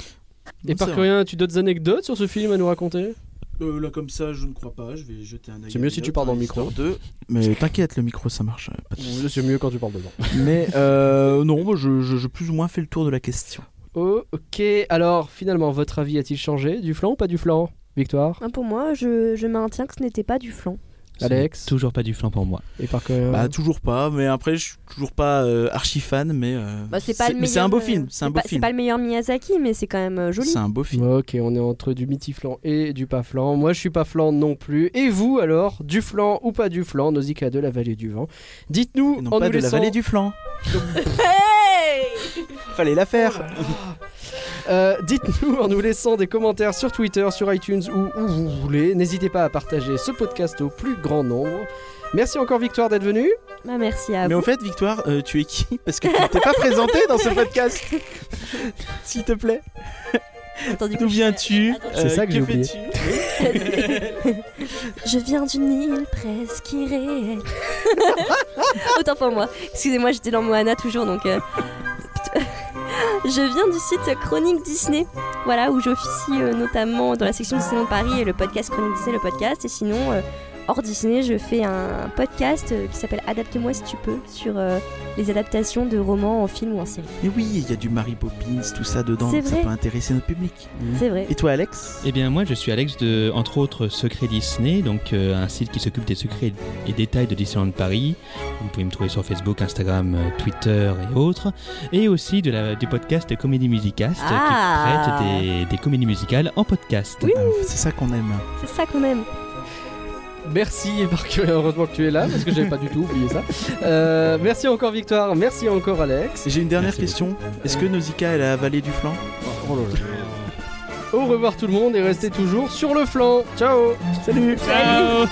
[SPEAKER 1] Non,
[SPEAKER 2] par
[SPEAKER 1] c'est
[SPEAKER 2] Corien, as-tu d'autres anecdotes sur ce film à nous raconter
[SPEAKER 1] Euh, là comme ça, je ne crois pas, je vais jeter un œil.
[SPEAKER 2] C'est
[SPEAKER 1] à
[SPEAKER 2] mieux
[SPEAKER 1] mes
[SPEAKER 2] si tu
[SPEAKER 1] notes,
[SPEAKER 2] parles dans
[SPEAKER 1] hein,
[SPEAKER 2] le micro.
[SPEAKER 1] histoire de- Mais t'inquiète, le micro ça marche. euh, pas de soucis.
[SPEAKER 2] C'est mieux quand tu parles dedans.
[SPEAKER 1] Mais euh, non, moi, je, je- je plus ou moins fait le tour de la question.
[SPEAKER 2] Oh, ok, alors finalement, votre avis a-t-il changé Du flan ou pas du flan Victoire
[SPEAKER 6] Ah, pour moi, je, je maintiens que ce n'était pas du flan.
[SPEAKER 2] Alex
[SPEAKER 7] C'est Toujours pas du flan pour moi.
[SPEAKER 2] Et par Corien
[SPEAKER 1] Bah toujours pas, mais après je suis toujours pas archi fan, mais euh,
[SPEAKER 6] Bah, c'est pas le
[SPEAKER 1] mais c'est un
[SPEAKER 6] meilleur,
[SPEAKER 1] beau
[SPEAKER 6] euh,
[SPEAKER 1] film, c'est un beau
[SPEAKER 6] pas-
[SPEAKER 1] film,
[SPEAKER 6] pas le meilleur Miyazaki, mais c'est quand même euh, joli.
[SPEAKER 1] c'est un beau film.
[SPEAKER 2] Ok, on est entre du mitiflan et du pas flan. Moi, je suis pas flan non plus. Et vous alors Du flan ou pas du flan Nausicaa de la vallée du vent. Dites-nous
[SPEAKER 1] Non
[SPEAKER 2] en
[SPEAKER 1] pas
[SPEAKER 2] nous
[SPEAKER 1] de la
[SPEAKER 2] laissant...
[SPEAKER 1] vallée du flanc.
[SPEAKER 6] Hey
[SPEAKER 1] Fallait la faire.
[SPEAKER 2] Euh, Dites-nous en nous laissant des commentaires sur Twitter, sur iTunes ou où vous voulez. N'hésitez pas à partager ce podcast au plus grand nombre. Merci encore Victoire d'être venue.
[SPEAKER 6] Bah, merci à
[SPEAKER 1] Mais
[SPEAKER 6] vous.
[SPEAKER 1] au fait, Victoire, euh, tu es qui Parce que tu t'es pas présenté dans ce podcast. S'il te plaît.
[SPEAKER 6] Attendez,
[SPEAKER 1] D'où viens-tu
[SPEAKER 2] C'est ça que j'ai oublié.
[SPEAKER 1] fais-tu
[SPEAKER 6] Je viens d'une île presque irréelle. Autant pour moi. Excusez-moi, j'étais dans Moana toujours, donc. euh, Je viens du site Chronique Disney, voilà, où j'officie euh, notamment dans la section Disneyland Paris et le podcast Chronique Disney, le podcast, et sinon euh, hors Disney, je fais un podcast euh, qui s'appelle Adapte-moi si tu peux sur euh, les adaptations de romans en film ou en série.
[SPEAKER 1] Mais oui, il y a du Mary Poppins, tout ça dedans.
[SPEAKER 6] C'est
[SPEAKER 1] Ça
[SPEAKER 6] vrai.
[SPEAKER 1] peut intéresser notre public.
[SPEAKER 6] C'est vrai.
[SPEAKER 1] Et toi, Alex
[SPEAKER 7] Eh bien, moi, je suis Alex de, entre autres, Secret Disney, donc euh, un site qui s'occupe des secrets et détails de Disneyland Paris. Vous pouvez me trouver sur Facebook, Instagram, euh, Twitter et autres. Et aussi de la, du podcast Comédie Musicast,
[SPEAKER 6] Ah.
[SPEAKER 7] qui traite des, des comédies musicales en podcast.
[SPEAKER 6] Oui.
[SPEAKER 1] Ah, C'est ça qu'on aime.
[SPEAKER 6] C'est ça qu'on aime.
[SPEAKER 2] Merci Marc, heureusement que tu es là, parce que j'avais pas du tout oublié ça. Euh, merci encore Victoire, merci encore Alex.
[SPEAKER 1] J'ai une dernière
[SPEAKER 7] Merci
[SPEAKER 1] question. Est-ce que Nausicaa, elle a avalé du flan
[SPEAKER 2] Au revoir tout le monde et restez toujours sur le flanc. Ciao
[SPEAKER 1] Salut
[SPEAKER 7] Ciao